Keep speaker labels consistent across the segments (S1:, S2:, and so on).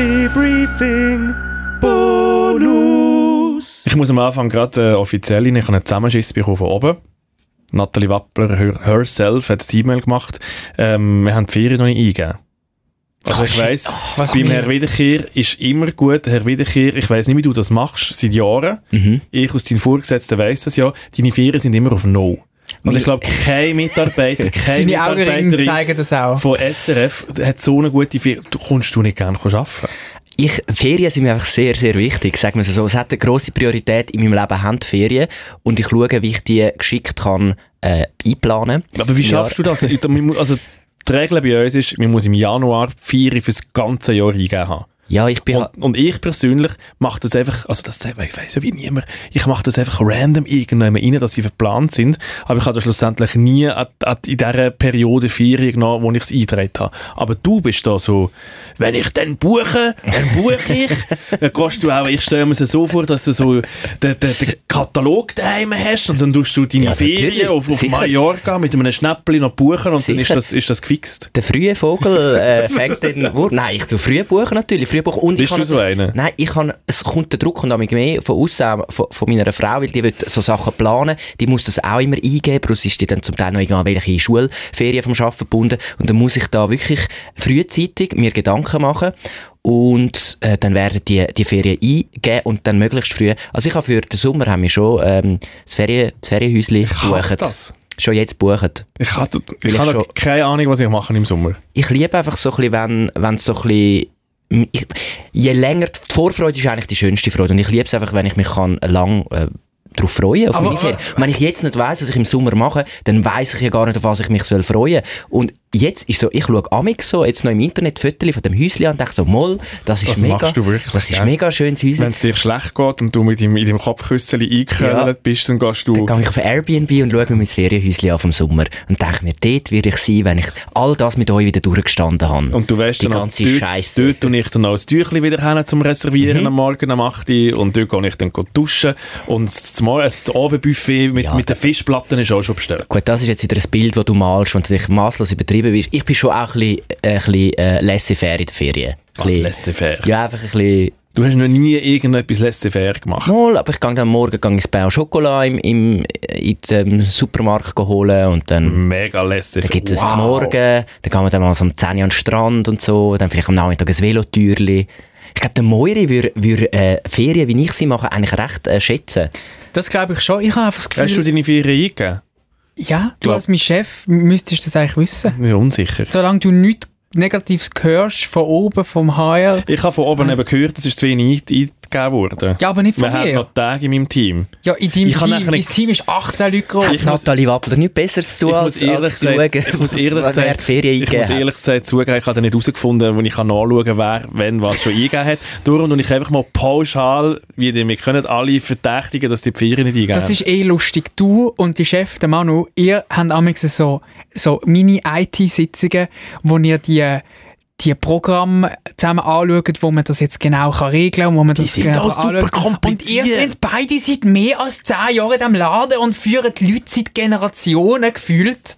S1: Debriefing Bonus.
S2: Ich muss am Anfang gerade äh, offiziell rein, ich habe einen Zusammenschiss bekommen von oben. Natalie Wappler her herself hat das E-Mail gemacht. Ähm, wir haben die Ferien noch nicht eingegeben. Also
S1: Ach,
S2: ich
S1: Ah, shit.
S2: weiss,
S1: Ach, was
S2: beim
S1: mir-
S2: Herr Wiederkehr ist immer gut, Herr Wiederkehr, ich weiss nicht, wie du das machst, seit Jahren.
S1: Mhm.
S2: Ich aus deinen Vorgesetzten weiss das ja, deine Ferien sind immer auf No. Und ich glaube, kein Mitarbeiter, keine
S1: Seine Augenringe
S2: Mitarbeiterin
S1: zeigen das auch.
S2: von SRF hat so eine gute Ferien. Du kommst du nicht gerne arbeiten.
S3: Ich, Ferien sind mir einfach sehr, sehr wichtig. Sagen wir es so. Es hat eine grosse Priorität in meinem Leben, haben die Ferien. Und ich schaue, wie ich die geschickt kann, äh, einplanen.
S2: Aber wie
S3: Ja.
S2: schaffst du das? Ich- man muss- Also, die Regel bei uns ist, man muss im Januar die Ferien für das ganze Jahr eingegeben haben.
S3: Ja, ich bin,
S2: Und, und ich persönlich mache das einfach, also das selber, ich weiß ja wie niemand, ich mache das einfach random irgendjemand rein, dass sie verplant sind, aber ich habe das schlussendlich nie an, an, in dieser Periode Ferien genommen, wo ich es eingetragen habe. Aber du bist da so, wenn ich dann buche, dann buche ich, dann gehst du auch, ich stelle mir es so vor, dass du so den, den, den Katalog daheim hast und dann tust du deine
S3: Ja, natürlich.
S2: Ferien auf, auf
S3: Sicher.
S2: Mallorca mit einem Schnäppchen noch buchen und dann ist
S3: Sicher.
S2: das, ist das gefixt.
S3: Der frühe Vogel äh, fängt den Wurm. Nein, ich tue früh buchen natürlich. Früh buchen. Und
S2: Bist
S3: ich
S2: du
S3: kann
S2: so einer?
S3: Nein, ich kann, es kommt der Druck und damit mehr von außen, auch von, von meiner Frau, weil die will so Sachen planen, die muss das auch immer eingeben, bloß ist die dann zum Teil noch egal, welche Schulferien vom Arbeiten gebunden und dann muss ich da wirklich frühzeitig mir Gedanken machen und äh, dann werden die, die Ferien eingeben und dann möglichst früh, also ich habe für den Sommer haben wir schon ähm, das, Ferien, das Ferienhäuschen
S2: hasse
S3: gebucht.
S2: das.
S3: Schon jetzt buchen.
S2: Ich habe ich
S3: ich
S2: habe
S3: schon-
S2: keine Ahnung, was ich mache im Sommer.
S3: ich liebe einfach so ein bisschen, wenn, wenn es so ein bisschen, ich, je länger, die Vorfreude ist eigentlich die schönste Freude und ich liebe es einfach, wenn ich mich kann lang äh, darauf freuen auf
S2: Aber-
S3: meine Ferien. Und wenn ich jetzt nicht weiss, was ich im Sommer mache, dann weiss ich ja gar nicht, auf was ich mich soll freuen Und jetzt ist so, ich schaue amig so, jetzt noch im Internet Fotos von dem Häuschen an und denke so, moll, das ist
S2: Das
S3: mega.
S2: machst du wirklich,
S3: Das ist
S2: ja.
S3: mega schönes
S2: Wenn
S3: Häuschen.
S2: es dir schlecht geht und du mit deinem, in deinem Kopfküsseli eingeködelt
S3: Ja.
S2: bist, dann gehst
S3: Dann
S2: du...
S3: gehe ich auf Airbnb und schaue mir mein Ferienhäuschen an vom Sommer und denke mir, dort werde ich sein, wenn ich all das mit euch wieder durchgestanden habe.
S2: Und du weißt
S3: die
S2: dann, halt
S3: ganze
S2: dort,
S3: Scheisse. Mhm.
S2: dort tue ich dann auch das Tüchli wieder hin zum Reservieren am Morgen am 8 Uhr und dort gehe ich dann duschen und das, Mor- das Abendbuffet mit,
S3: Ja,
S2: mit den Fischplatten ist auch schon bestellt.
S3: Gut, das ist jetzt wieder ein Bild, das du malst, wenn du dich masslos übertrieben bist. Ich bin schon auch ein bisschen, äh, ein bisschen äh, laissez-faire in den Ferien. Ein
S2: Was
S3: bisschen-
S2: laissez-faire.
S3: Ja, einfach ein bisschen...
S2: Du hast noch nie irgendetwas laissez-faire gemacht.
S3: Mal, aber ich gehe dann morgen gehe ins Bau Schokolade im, im, äh, in den Supermarkt holen und dann...
S2: Mega laissez-faire.
S3: Dann gibt es
S2: Mhm. Wow.
S3: wow. morgen, dann gehen wir dann mal so um 10 Uhr an den Strand und so, dann vielleicht am Nachmittag ein Velotürli. Ich glaube, der Moiri würde würd, äh, Ferien, wie ich sie mache, eigentlich recht äh, schätzen.
S1: Das glaube ich schon. Ich habe einfach
S2: Hast
S1: das
S2: du
S1: Gefühl,
S2: deine Ferien eingegeben?
S1: ja, du
S2: Glaub-
S1: als mein Chef müsstest das eigentlich wissen.
S2: Ja, unsicher.
S1: Solange du nichts Negatives hörst von oben, vom HR.
S2: Ich habe von oben
S3: Hm.
S2: eben gehört, es ist zu wenig ein- eingegeben worden.
S1: Ja, aber nicht von
S2: Man hat
S1: mir.
S2: noch Tage in meinem Team.
S1: Ja, in deinem
S2: Ich kann
S1: Team.
S2: nachher
S1: Dein
S2: nicht-
S1: Team ist 18 Leute groß.
S2: Ich
S3: Ich
S2: muss-
S3: Natalie Wappler nichts Besseres zu,
S2: Ich
S3: als,
S2: muss ehrlich
S3: als zu
S2: sagen,
S3: schauen,
S2: ich muss
S3: was-
S2: ehrlich
S3: wer
S2: sagen,
S3: die Ferien
S2: ich muss
S3: eingegeben hat.
S2: ehrlich gesagt zugeben, ich habe dann nicht herausgefunden, wo ich kann nachschauen kann, wer, wenn, was schon eingegeben hat. Darum und ich einfach mal pauschal, wie die, wir können alle verdächtigen, dass die die Ferien nicht eingegeben
S1: Das
S2: haben.
S1: ist eh lustig. Du und die Chef, der Manu, ihr habt amigs so, so Mini-IT-Sitzungen, wo ihr die, die Programme zusammen anschaut, wo man das jetzt genau kann regeln kann, wo man das
S2: sind
S1: genau
S2: auch
S1: kann
S2: super
S1: anschauen.
S2: kompliziert.
S1: Und ihr seid beide seit mehr als zehn Jahren in diesem Laden und führen die Leute seit Generationen gefühlt.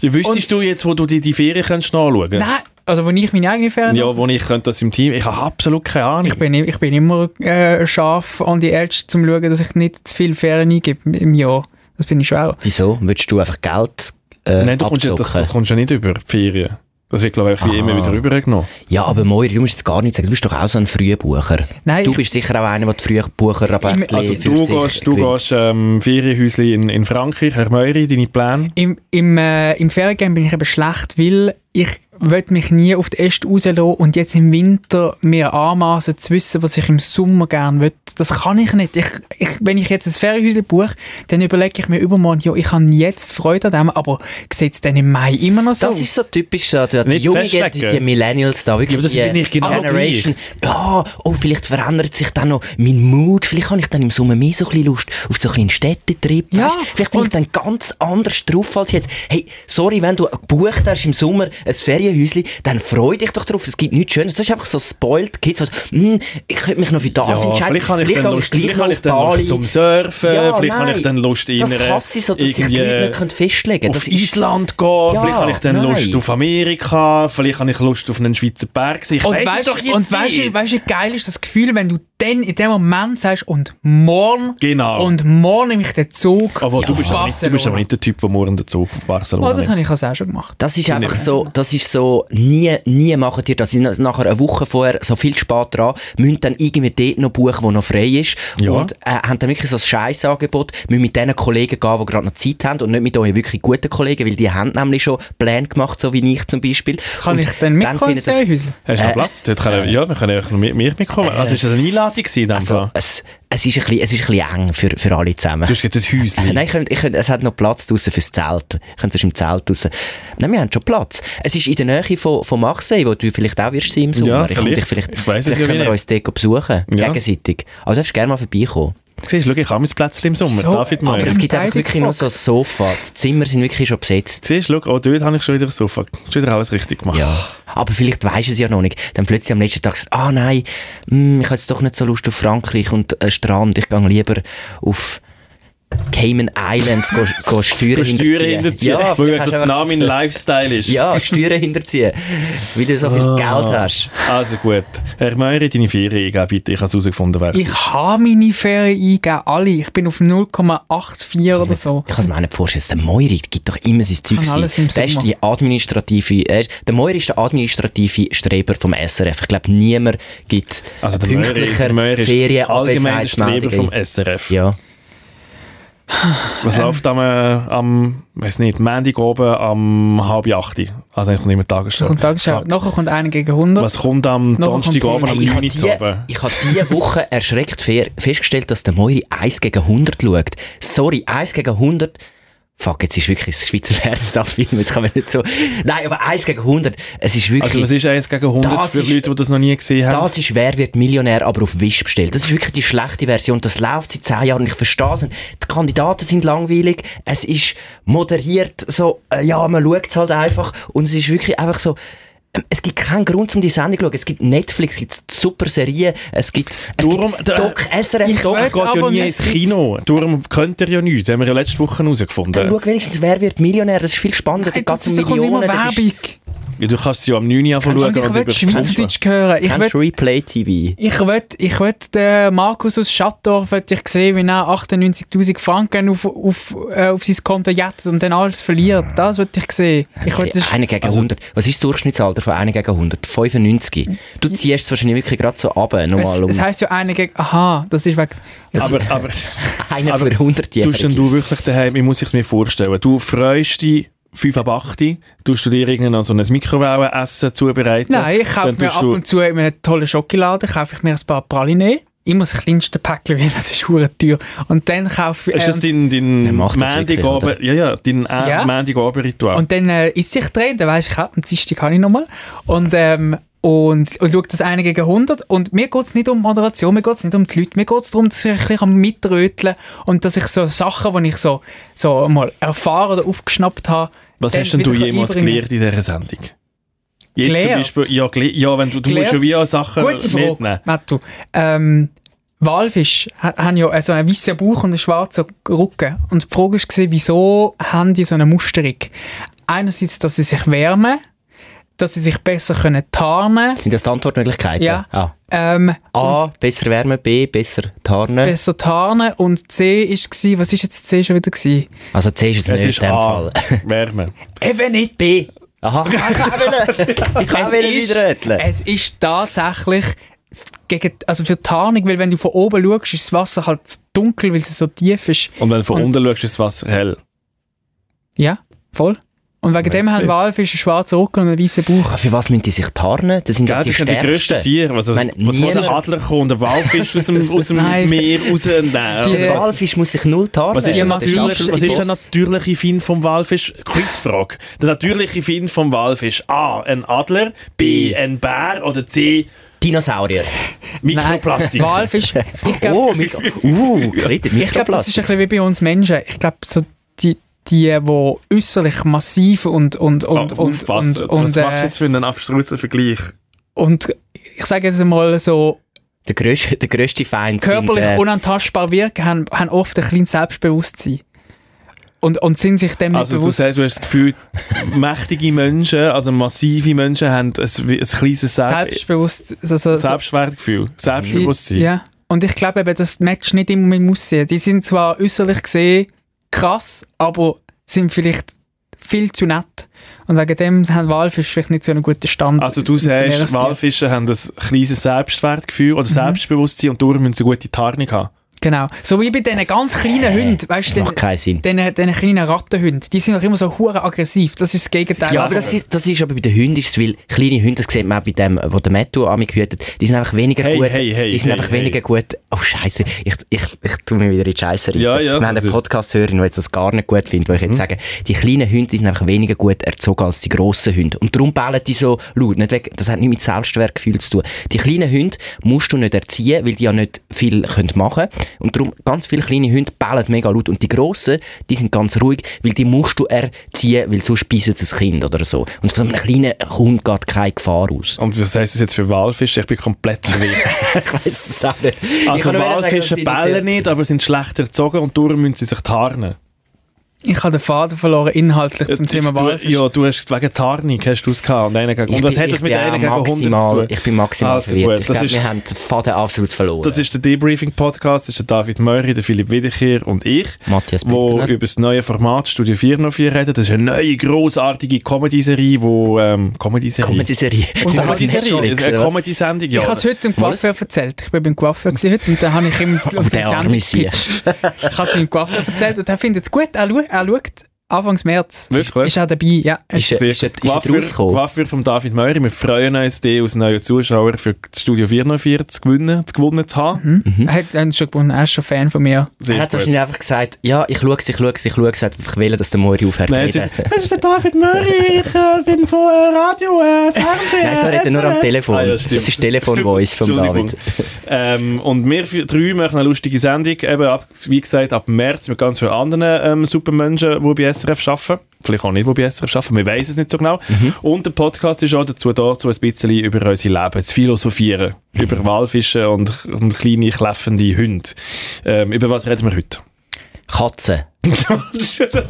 S2: Ja, Wüsstest du jetzt, wo du die, die Ferien kannst nachschauen kannst?
S1: Nein, also wo ich meine eigene Ferien
S2: Ja, wo ich könnte das im Team... Ich habe absolut keine Ahnung.
S1: ich bin, ich bin immer äh, scharf an die Edge, um zu schauen, dass ich nicht zu viel Ferien eingebe im Jahr. Das bin ich schon auch.
S3: Wieso? Würdest du einfach Geld äh,
S2: Nein, du kommst ja,
S3: abzocken?
S2: das, das kommst ja nicht über, die Ferien. Das wird, glaube ich, wie
S3: Aha.
S2: immer wieder rübergenommen.
S3: Ja, aber Moira, du musst jetzt gar nichts sagen. Du bist doch auch so ein Frühbucher.
S1: Nein,
S3: Du
S1: ich-
S3: bist sicher auch einer, der die Frühbucherrabattli
S2: Also
S3: für
S2: du
S3: sich
S2: gehst, du
S3: gewinnt.
S2: gehst ähm, Ferienhäuschen in, in Frankreich, Herr Meury, deine Pläne.
S1: Im, im, äh, im Feriengame bin ich eben schlecht, weil ich will mich nie auf die Äste rauslassen und jetzt im Winter mir anmaßen zu wissen, was ich im Sommer gerne will. Das kann ich nicht. Ich, ich, wenn ich jetzt ein Ferienhäuschen buche, dann überlege ich mir übermorgen, ja, ich habe jetzt Freude an dem, aber sieht es dann im Mai immer noch so
S3: Das ist so
S1: aus?
S3: typisch, so, die, die
S2: Nicht
S3: Jungen, die,
S2: festlegen.
S3: die Millennials da, wirklich
S2: Ja, aber das
S3: die
S2: bin ich genau
S3: Generation. Ja, oh, vielleicht verändert sich dann noch mein Mut, vielleicht habe ich dann im Sommer mehr so ein bisschen Lust auf so einen kleinen Städtetrip.
S1: Ja,
S3: weißt? Vielleicht bin ich
S1: und-
S3: dann ganz anders drauf als jetzt. Hey, sorry, wenn du gebucht hast im Sommer, ein Ferienhäuschen, dann freu dich doch drauf. Es gibt nichts Schönes. Das ist einfach so spoiled Kids. Was, mm, ich könnte mich noch für das
S2: Ja,
S3: entscheiden.
S2: vielleicht habe ich
S3: gehe
S2: dann Lust,
S3: gleich
S2: vielleicht
S3: noch
S2: habe
S3: auf
S2: ich dann Lust
S3: Bali.
S2: zum Surfen,
S3: Ja,
S2: vielleicht habe ich
S3: nein.
S2: dann Lust in
S3: Das
S2: einer-
S3: hasse ich so, dass ich die
S2: irgendwie-
S3: Leute nicht können festlegen können.
S2: auf Island gehen,
S3: Ja,
S2: vielleicht habe ich dann
S3: nein.
S2: Lust auf Amerika, vielleicht habe ich Lust auf einen Schweizer Berg. Ich
S1: Und
S2: weiss es
S1: weißt
S2: doch jetzt
S1: und weißt,
S2: nicht.
S1: du- weißt du, wie geil ist das Gefühl, wenn du dann in dem Moment sagst, und morgen,
S2: Genau.
S1: und morgen nehme ich den Zug
S2: aber du,
S1: auf
S2: bist aber nicht, du bist aber
S1: Barcelona.
S2: nicht der Typ, der morgen den Zug auf Barcelona
S1: Oh, das
S2: nimmt.
S1: habe ich also auch schon gemacht.
S3: Das ist einfach so, das ist so, nie, nie machen ihr das. Ihr seid Nachher eine Woche vorher, so viel spät dran, müsst dann irgendwie dort noch buchen, wo noch frei ist.
S2: Ja.
S3: Und äh, haben dann wirklich so ein Scheißangebot, müssen mit den Kollegen gehen, die gerade noch Zeit haben und nicht mit euren wirklich guten Kollegen, weil die haben nämlich schon Pläne gemacht, so wie ich zum Beispiel.
S1: Kann
S3: und
S1: ich dann mitkommen ins
S3: findet das-
S1: Ferienhäuschen?
S2: Hast du noch
S3: Äh,
S2: Platz? Dort können, ja, wir können einfach noch mit mir mitkommen. Also ist das eine
S1: äh,
S2: Einladung gewesen in dem
S3: Also,
S2: Fall?
S3: es, es, ist ein bisschen, es ist ein bisschen eng für, für alle zusammen.
S2: Du hast jetzt ein
S1: Äh,
S2: Häuschen.
S3: Nein, ich könnte, ich könnte, es hat noch Platz draussen fürs Zelt. Ich könnte sonst im Zelt draussen. Nein, wir haben schon Platz. Es ist in der Nähe von, von Machsee, wo du vielleicht auch wirst sein im Sommer.
S2: Ja,
S3: ich komme dich
S2: vielleicht.
S3: vielleicht,
S2: Ich weiss es
S3: vielleicht
S2: ja
S3: können
S2: wie
S3: wir uns dort besuchen.
S2: Ja.
S3: Gegenseitig. Also darfst du gerne mal vorbeikommen.
S2: Siehst du, schau, ich habe mein Plätzchen im Sommer.
S1: So,
S2: David
S1: aber
S2: Meier.
S1: Wir
S3: es
S1: haben
S3: gibt einfach
S1: beide
S3: wirklich nur so ein
S1: gefragt.
S3: Sofa. Die Zimmer sind wirklich schon besetzt.
S2: Siehst du, schau, auch dort habe ich schon wieder ein Sofa. Schon wieder alles richtig gemacht.
S3: Ja. Aber vielleicht weisst du es ja noch nicht. Dann plötzlich am letzten Tag sagst du, ah nein, hm, ich habe jetzt doch nicht so Lust auf Frankreich und äh, Strand. Ich gehe lieber auf Cayman Islands go, go Steuern
S2: Du Steuern hinterziehen,
S3: Ja,
S2: weil
S3: vielleicht hast du
S2: das
S3: einfach-
S2: Name mein Lifestyle ist.
S3: Ja, Steuern hinterziehen, weil du so viel
S1: Ah.
S3: Geld hast.
S2: Also gut, Herr Meurer, deine Ferien eingeben, bitte. Ich habe es herausgefunden, wer es ist.
S1: Ich habe meine Ferien eingegeben, alle. Ich bin auf 0,84 oder so.
S3: Ich kann es mir auch nicht vorstellen. Der Moiri gibt doch immer sein Zeug
S1: Kann
S3: sein.
S1: alles im
S3: Der ist
S1: Sommer.
S3: die administrative, er, der Moiri ist der administrative Streber vom SRF. Ich glaube, niemand gibt
S2: Also der Meurer ist,
S3: pünktlicher
S2: der Meurer ist
S3: Ferien
S2: allgemein der Streber vom SRF.
S3: Ja. Ähm.
S2: Was läuft am, äh, am weiß nicht, Montag oben am halb acht? Also ich komme immer
S1: Da
S2: Tagesschau.
S1: kommt Tagesschau.
S2: Fuck.
S1: Nachher kommt einer gegen 100.
S2: Was kommt am
S1: Nachher
S2: Donnerstag
S1: kommt
S2: oben am
S3: Hey, ich
S2: 9
S3: habe
S2: Uhr oben?
S3: die, ich hab diese Woche erschreckt fe- festgestellt, dass der Moiri 1 gegen 100 schaut. Sorry, 1 gegen 100. Fuck, jetzt ist wirklich das Schweizer Fernsehfilm, jetzt kann man nicht so... Nein, aber 1 gegen 100, es ist wirklich...
S2: Also was ist 1 gegen 100
S3: Das
S2: für
S3: ist-
S2: Leute, die das noch nie gesehen
S1: Ähm,
S2: haben?
S3: das ist «Wer wird Millionär?» aber auf Wisch bestellt. Das ist wirklich die schlechte Version. Das läuft seit 10 Jahren, ich verstehe es nicht. Die Kandidaten sind langweilig, es ist moderiert, so, äh, ja, man schaut es halt einfach und es ist wirklich einfach so... ähm, Es gibt keinen Grund, um die Sendung zu schauen. Es gibt Netflix, es gibt super Serien, es gibt, es
S2: Darum-
S3: gibt
S2: der-
S3: Doc, SRF, Doc.
S2: Doch,
S1: Welt,
S2: geht ja
S1: aber
S2: nie ins
S1: Netflix.
S2: Kino. Darum könnt ihr ja nichts. Haben wir ja letzte Woche
S3: Dann
S2: herausgefunden.
S3: schau wenigstens «Wer wird Millionär?» Das ist viel spannender. Da
S1: Hey,
S3: geht
S1: das
S3: es um
S1: ist kommt immer
S3: Millionen. das ist-
S1: Werbung.
S2: Ja, du kannst es ja am 9 Uhr anfangen
S1: Und
S2: schauen
S1: ich
S2: und
S1: will Schweizerdeutsch hören. Ich
S3: Kennst du
S1: will,
S3: Replay-TV?
S1: ich will, ich will den Markus aus Schattdorf will ich sehen, wie er 98'000 Franken auf, auf, äh, auf sein Konto jettet und dann alles verliert. Das will ich sehen. Ich will das
S3: 1 gegen
S2: also-
S3: 100. Was ist das Durchschnittsalter von 1 gegen 100? 95. Du ziehst es wahrscheinlich wirklich gerade so runter.
S1: es,
S3: Nochmal um
S1: es heisst ja einer gegen... Aha, das ist weg.
S2: Aber, aber
S3: Einer
S2: Aber
S3: für 100
S2: tust denn
S3: Jahre.
S2: du wirklich daheim, ich muss es mir vorstellen, du freust dich 5 ab 8 Uhr, tust du dir irgendein so ein Mikrowellenessen zubereiten?
S1: Nein, ich kaufe
S2: Dann
S1: mir
S2: tust
S1: ab
S2: du-
S1: und zu in einem tollen Schokoladen kaufe ich mir ein paar Praline. Immer das kleinste Päckchen, weil das ist hure teuer. Und dann kaufe ich...
S2: Ist
S1: Äh,
S2: das
S1: und,
S2: dein,
S3: Er
S2: dein
S3: macht das wirklich,
S2: Montagabend, ja, ja, dein äh,
S1: Ja.
S2: Montagabend-Ritual?
S1: und dann äh, esse ich drin, dann weiss ich, ah, am Dienstag habe ich nochmal. Und, ähm, und, und schaue das eine gegen 100. Und mir geht es nicht um Moderation, mir geht es nicht um die Leute, mir geht es darum, dass ich ein bisschen mitröteln kann und dass ich so Sachen, die ich so, so mal erfahren oder aufgeschnappt habe,
S2: Was
S1: dann
S2: hast denn du
S1: wieder kann
S2: jemals
S1: einbringen.
S2: gelernt in dieser Sendung? Jetzt
S1: Gelernt?
S2: zum Beispiel, ja, gele- ja wenn du, du musst ja
S1: Gelernt?
S2: wie auch Sachen
S1: Gute
S2: mitnehmen.
S1: Frage, Mattu. Ähm, Walfisch ha- haben ja so einen weißen Bauch und einen schwarzen Rücken. Und die Frage war, wieso haben die so eine Musterung? Einerseits, dass sie sich wärmen, dass sie sich besser können tarnen
S3: Sind das die Antwortmöglichkeiten?
S1: Ja.
S3: Ah.
S1: ähm,
S3: A, besser wärmen, B, besser tarnen.
S1: besser tarnen und C ist gsi, was ist jetzt C schon wieder gsi?
S3: Also C ist es,
S2: Es
S3: nicht
S2: ist
S3: in dem
S2: A,
S3: Fall.
S2: Wärme.
S1: Eben nicht.
S3: B. Aha, ich kann wollen. Ich kann
S1: Es
S3: wollen
S1: ist,
S3: widerröteln.
S1: es ist tatsächlich gegen, also für die Tarnung, weil wenn du von oben schaust, ist das Wasser halt dunkel, weil es so tief ist.
S2: Und wenn du von
S1: Und-
S2: unten schaust, ist das Wasser hell.
S1: Ja, voll. Und wegen dem
S2: Weiss
S1: haben
S2: nicht.
S1: Walfische einen schwarzen Rücken und einen weißen Bauch.
S3: Ah, Für was müssen die sich tarnen? Das sind
S2: Gell, das
S3: doch die
S2: sind die grössten
S3: Stärksten.
S2: Tiere. Was, was,
S3: Meine,
S2: was muss ein
S3: niemand-
S2: Adler kommen und ein Walfisch aus dem, aus dem
S1: Nein.
S2: Meer rausnehmen?
S1: Die-
S2: Oder
S3: Der
S2: was?
S3: Walfisch muss sich null tarnen.
S2: Was ist, der
S1: Ja, man
S2: natürliche-
S1: sieht-
S2: was ist der
S1: Boss.
S2: natürliche Feind vom Walfisch? Quizfrage. Der natürliche Feind vom Walfisch. A. Ein Adler. B. Ein Bär. Oder C.
S3: Dinosaurier.
S2: Mikroplastik.
S1: Walfisch. Ich glaube,
S3: Oh, Mikro... Uh, Kritisch.
S1: ich glaub, das ist ein bisschen wie bei uns Menschen. Ich glaube, so die, die, die äußerlich massiv und, und, und,
S2: Ah,
S1: und,
S2: aufpassen.
S1: und, und,
S2: was machst du
S1: äh,
S2: jetzt für einen abstrusen Vergleich?
S1: und ich sage jetzt mal so,
S3: Der grösste, der grösste Feind
S1: körperlich
S3: sind, äh,
S1: unantastbar wirken, haben, haben oft ein kleines Selbstbewusstsein. Und, und sind sich dem
S2: Also
S1: nicht
S2: du
S1: bewusst.
S2: sagst, du hast das Gefühl, mächtige Menschen, also massive Menschen haben ein, ein kleines Selbst
S1: Selbstbewusst, so, so, so,
S2: Selbstwertgefühl, Selbstbewusstsein.
S1: also- Ja. Und ich glaube eben, das matcht nicht immer mit dem Aussehen. Die sind zwar äußerlich gesehen krass, aber sind vielleicht viel zu nett. Und wegen dem haben Walfische vielleicht nicht so einen guten Stand.
S2: Also du
S1: mit den
S2: sagst,
S1: Meerestieren.
S2: Walfische haben ein kleines Selbstwertgefühl
S1: Mhm.
S2: oder Selbstbewusstsein und darum müssen sie eine gute Tarnung haben.
S1: Genau. So wie bei diesen ganz
S2: Äh,
S1: kleinen Hunden, weißt du,
S3: macht keinen Sinn.
S1: den, den, den kleinen Rattenhunden, die sind doch immer so hure aggressiv. Das ist das Gegenteil.
S3: Ja, aber das ist, das ist aber bei den Hunden ist es, weil kleine Hunde, das sieht man auch bei dem, wo der Mattu an mich gehütet, die sind einfach weniger
S2: Hey,
S3: gut.
S2: hey, hey,
S3: die sind
S2: hey,
S3: einfach
S2: hey.
S3: weniger gut. Oh Scheiße, ich, ich, ich tue mich wieder in die Scheiße rein.
S2: Ja, ja,
S3: Wir
S2: das
S3: haben einen
S2: ist- Mhm.
S3: Podcast-Hörerin, der jetzt das gar nicht gut findet, wo ich jetzt sage, die kleinen Hunde die sind einfach weniger gut erzogen als die grossen Hunde. Und darum bellen die so laut. Nicht weg, das hat nichts mit Selbstwertgefühl zu tun. Die kleinen Hunde musst du nicht erziehen, weil die ja nicht viel können machen können. Und darum, ganz viele kleine Hunde bellen mega laut. Und die grossen, die sind ganz ruhig, weil die musst du erziehen, weil sonst beißen sie ein Kind oder so. Und von so einem kleinen Hund geht keine Gefahr aus.
S2: Und was heisst das jetzt für Walfische? Ich bin komplett verwirrt.
S3: ich weiss es auch nicht. Ich
S2: also
S3: kann nur sagen,
S2: Walfische
S3: dass sie
S2: bellen nicht, aber sind schlecht erzogen und darum müssen sie sich tarnen.
S1: Ich habe den Faden verloren, inhaltlich zum Thema
S2: Äh, du,
S1: Walfisch.
S2: ja, du hast wegen Tarnung hast du es gehabt. Und, einer gegen,
S3: Ich
S2: und was
S3: bin-
S2: hat
S3: ich
S2: das mit
S3: bin
S2: einer
S3: auch
S2: gegen
S3: maximal-
S2: 100 zu tun?
S3: Ich bin maximal
S2: Also
S3: verwirrt.
S2: gut,
S3: ich
S2: das
S3: glaube,
S2: ist-
S3: wir haben den Faden absolut verloren.
S2: Das ist der Debriefing-Podcast, das ist der David Möri, der Philipp Wiederkehr und ich,
S3: Matthias
S2: wo
S3: Bittner.
S2: über das neue Format Studio 404 reden. Das ist eine neue, grossartige Comedy-Serie, wo... Ähm, Comedy-Serie?
S3: Comedy-Serie.
S1: Und da-
S2: Comedy-Serie?
S3: Netflix,
S2: Eine
S3: oder was?
S2: Comedy-Sendung, ja.
S1: Ich habe es heute im Coiffeur erzählt. Ich war beim Coiffeur gewesen heute und da habe ich ihm
S3: Und der
S1: seine
S3: arme
S1: Sendung
S3: Sieg.
S1: gepitcht. Ich habe es ihm im Coiffeur erzählt und er findet es gut. Er, schau, er schaut Anfangs März.
S2: Wirklich?
S1: Ist er dabei, ja.
S3: Ist er-
S2: Sehr
S3: ist er-
S2: gut.
S3: ist er
S2: Coiffeur-
S3: rausgekommen?
S2: Coiffeur von David Möri. Wir freuen uns, dich als neuen Zuschauer für das Studio 404 zu gewinnen, zu gewonnen zu haben.
S1: Er hat er hat schon gewonnen, er ist schon Fan von mir.
S2: Sehr
S3: Mhm. Er hat
S2: gut.
S3: wahrscheinlich einfach gesagt, ja, ich schaue es, ich schaue es, ich schaue es. Er hat einfach wollen, dass der Mori aufhört
S2: Nein, es
S3: zu
S2: ist,
S3: reden.
S2: das ist der David Möri, ich äh, bin von äh, Radio, äh, Fernsehen,
S3: Nein, so redet er nur am
S2: SRF.
S3: Telefon.
S2: Ah, ja,
S3: das
S2: stimmt.
S3: ist Telefon-Voice von
S2: Entschuldigung.
S3: David.
S2: ähm, und wir vier- drei machen eine lustige Sendung, eben ab, wie gesagt, ab März mit ganz vielen anderen ähm, super Menschen, die bei SRF arbeiten. Vielleicht auch nicht, die bei SRF arbeiten, wir wissen es nicht so genau.
S3: Mhm.
S2: Und der Podcast ist auch dazu da, so ein bisschen über unser Leben zu philosophieren.
S3: Mhm.
S2: Über Walfische und, und kleine, kläffende Hunde. Ähm, über was reden wir heute?
S3: Katzen.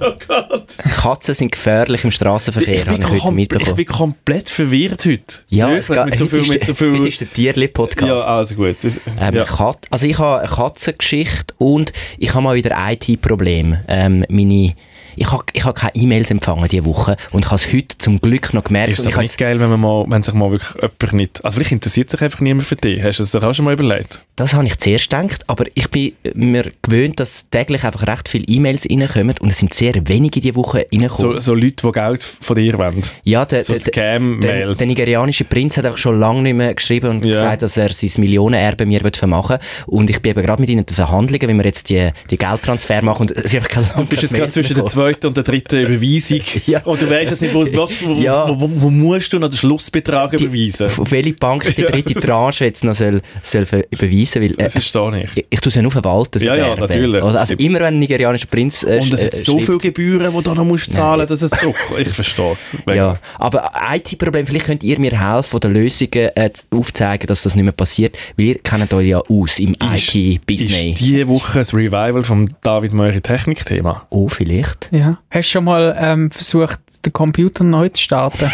S2: oh Gott.
S3: Katzen sind gefährlich im Straßenverkehr,
S2: Ich
S3: habe
S2: bin,
S3: ich heute
S2: kom ich
S3: mitbekommen.
S2: bin komplett verwirrt heute.
S3: ja,
S2: Wirklich,
S3: es geht,
S2: mit so viel,
S3: heute,
S2: mit
S3: ist,
S2: so
S3: heute
S2: viel.
S3: ist der Tierli-Podcast.
S2: Ja, also gut. Das,
S3: Ähm,
S2: ja.
S3: Kat also ich habe eine Katzengeschichte und ich habe mal wieder IT-Problem. Ähm, meine ich habe ich habe keine E-Mails empfangen diese Woche und ich habe es heute zum Glück noch gemerkt.
S2: Ist
S3: und
S2: es
S3: ich
S2: doch
S3: habe
S2: nicht geil, wenn, man mal, wenn sich mal wirklich jemand nicht... Also vielleicht interessiert sich einfach niemand für dich. Hast du es dir auch schon mal überlegt?
S3: Das habe ich zuerst gedacht, aber ich bin mir gewöhnt, dass täglich einfach recht viele E-Mails reinkommen und es sind sehr wenige diese Woche reingekommen.
S2: So, so Leute, die Geld von dir wollen.
S3: ja, der,
S2: So
S3: der- der- der,
S2: Scam-Mails.
S3: der nigerianische Prinz hat einfach schon lange nicht mehr geschrieben und
S2: Ja.
S3: gesagt, dass er sein Millionenerbe mir wird vermachen will. Und ich bin eben gerade mit ihnen in den Verhandlungen, wie wir jetzt die, die Geldtransfer machen und es ist einfach kein
S2: Du bist jetzt gerade zwischen der zweiten und der dritten Überweisung.
S3: Ja.
S2: Und du weißt es nicht, wo, wo, wo,
S3: Ja.
S2: wo, wo, wo musst du noch den Schlussbetrag überweisen.
S3: auf welche Bank die dritte Tranche jetzt noch soll, soll ver- überweisen will. Äh,
S2: Das verstehe ich.
S3: ich ich tue es ja nur verwalten.
S2: Ja,
S3: das
S2: ja,
S3: Erbe.
S2: natürlich.
S3: Also, also immer, wenn ein nigerianischer Prinz äh,
S2: Und es
S3: sch-
S2: hat
S3: äh,
S2: so
S3: schreibt-
S2: viele Gebühren, die du noch musst zahlen musst, dass es zurückkommt. Ich verstehe es.
S3: Ja, aber IT-Problem, vielleicht könnt ihr mir helfen oder Lösungen äh, aufzeigen, dass das nicht mehr passiert, weil ihr kennt euch ja aus im
S2: Ist- Ist
S3: IT-Business.
S2: diese Woche das Revival vom David Möri Technik-Thema?
S3: Oh, vielleicht.
S1: Ja. Hast du schon mal ähm, versucht, den Computer neu zu starten?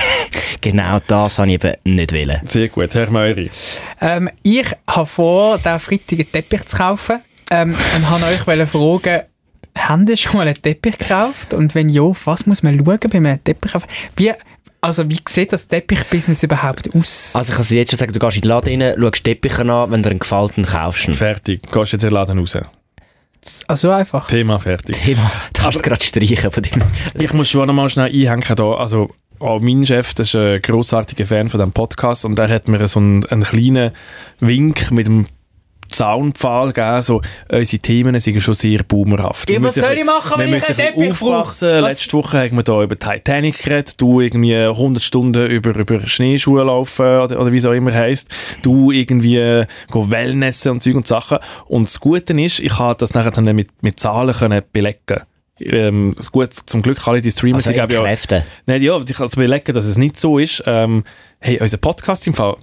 S3: Genau das habe ich eben nicht wollen.
S2: Sehr gut, Herr Möri.
S1: ähm, ich habe vor, diesen Freitag einen Teppich zu kaufen ähm, und habe euch wollen fragen, habt ihr schon mal einen Teppich gekauft? Und wenn ja, auf was muss man schauen bei einem Teppich? Wie, also wie sieht das Teppichbusiness überhaupt aus?
S3: Also ich kann dir jetzt schon sagen, du gehst in den Laden rein, schaust Teppiche an, wenn dir einen gefällt, dann kaufst du ihn.
S2: Fertig. Gehst du in den Laden raus.
S1: Also einfach.
S2: Thema fertig.
S3: Thema, du kannst es gerade streichen von dem.
S2: Ich
S1: Also-
S2: muss schon noch mal schnell einhängen da. Also, auch mein Chef, das ist ein grossartiger Fan von diesem Podcast und der hat mir so einen, einen kleinen Wink mit dem Zaunpfahl gegeben, so, unsere Themen sind schon sehr boomerhaft.
S1: Ja,
S2: Wir
S1: was
S2: müssen
S1: soll
S2: ein bisschen-
S1: ich machen, wenn
S2: wir
S1: ich
S2: müssen
S1: einen
S2: ein bisschen
S1: Teppich brauche?
S2: aufpassen.
S1: Was-
S2: Letzte Woche haben wir da über Titanic geredet, du irgendwie 100 Stunden über, über Schneeschuhe laufen oder, oder wie es auch immer heisst, du irgendwie äh, go Wellnessen und Zeug und Sachen und das Gute ist, ich habe das nachher dann mit, mit Zahlen können belegen ähm, gut, zum Glück alle die Streamer,
S3: Also
S2: die geben ja...
S3: entkräften.
S2: Nein, ja, ich kann es belegen, dass es nicht so ist. Ähm, hey, unser Podcast im Fall,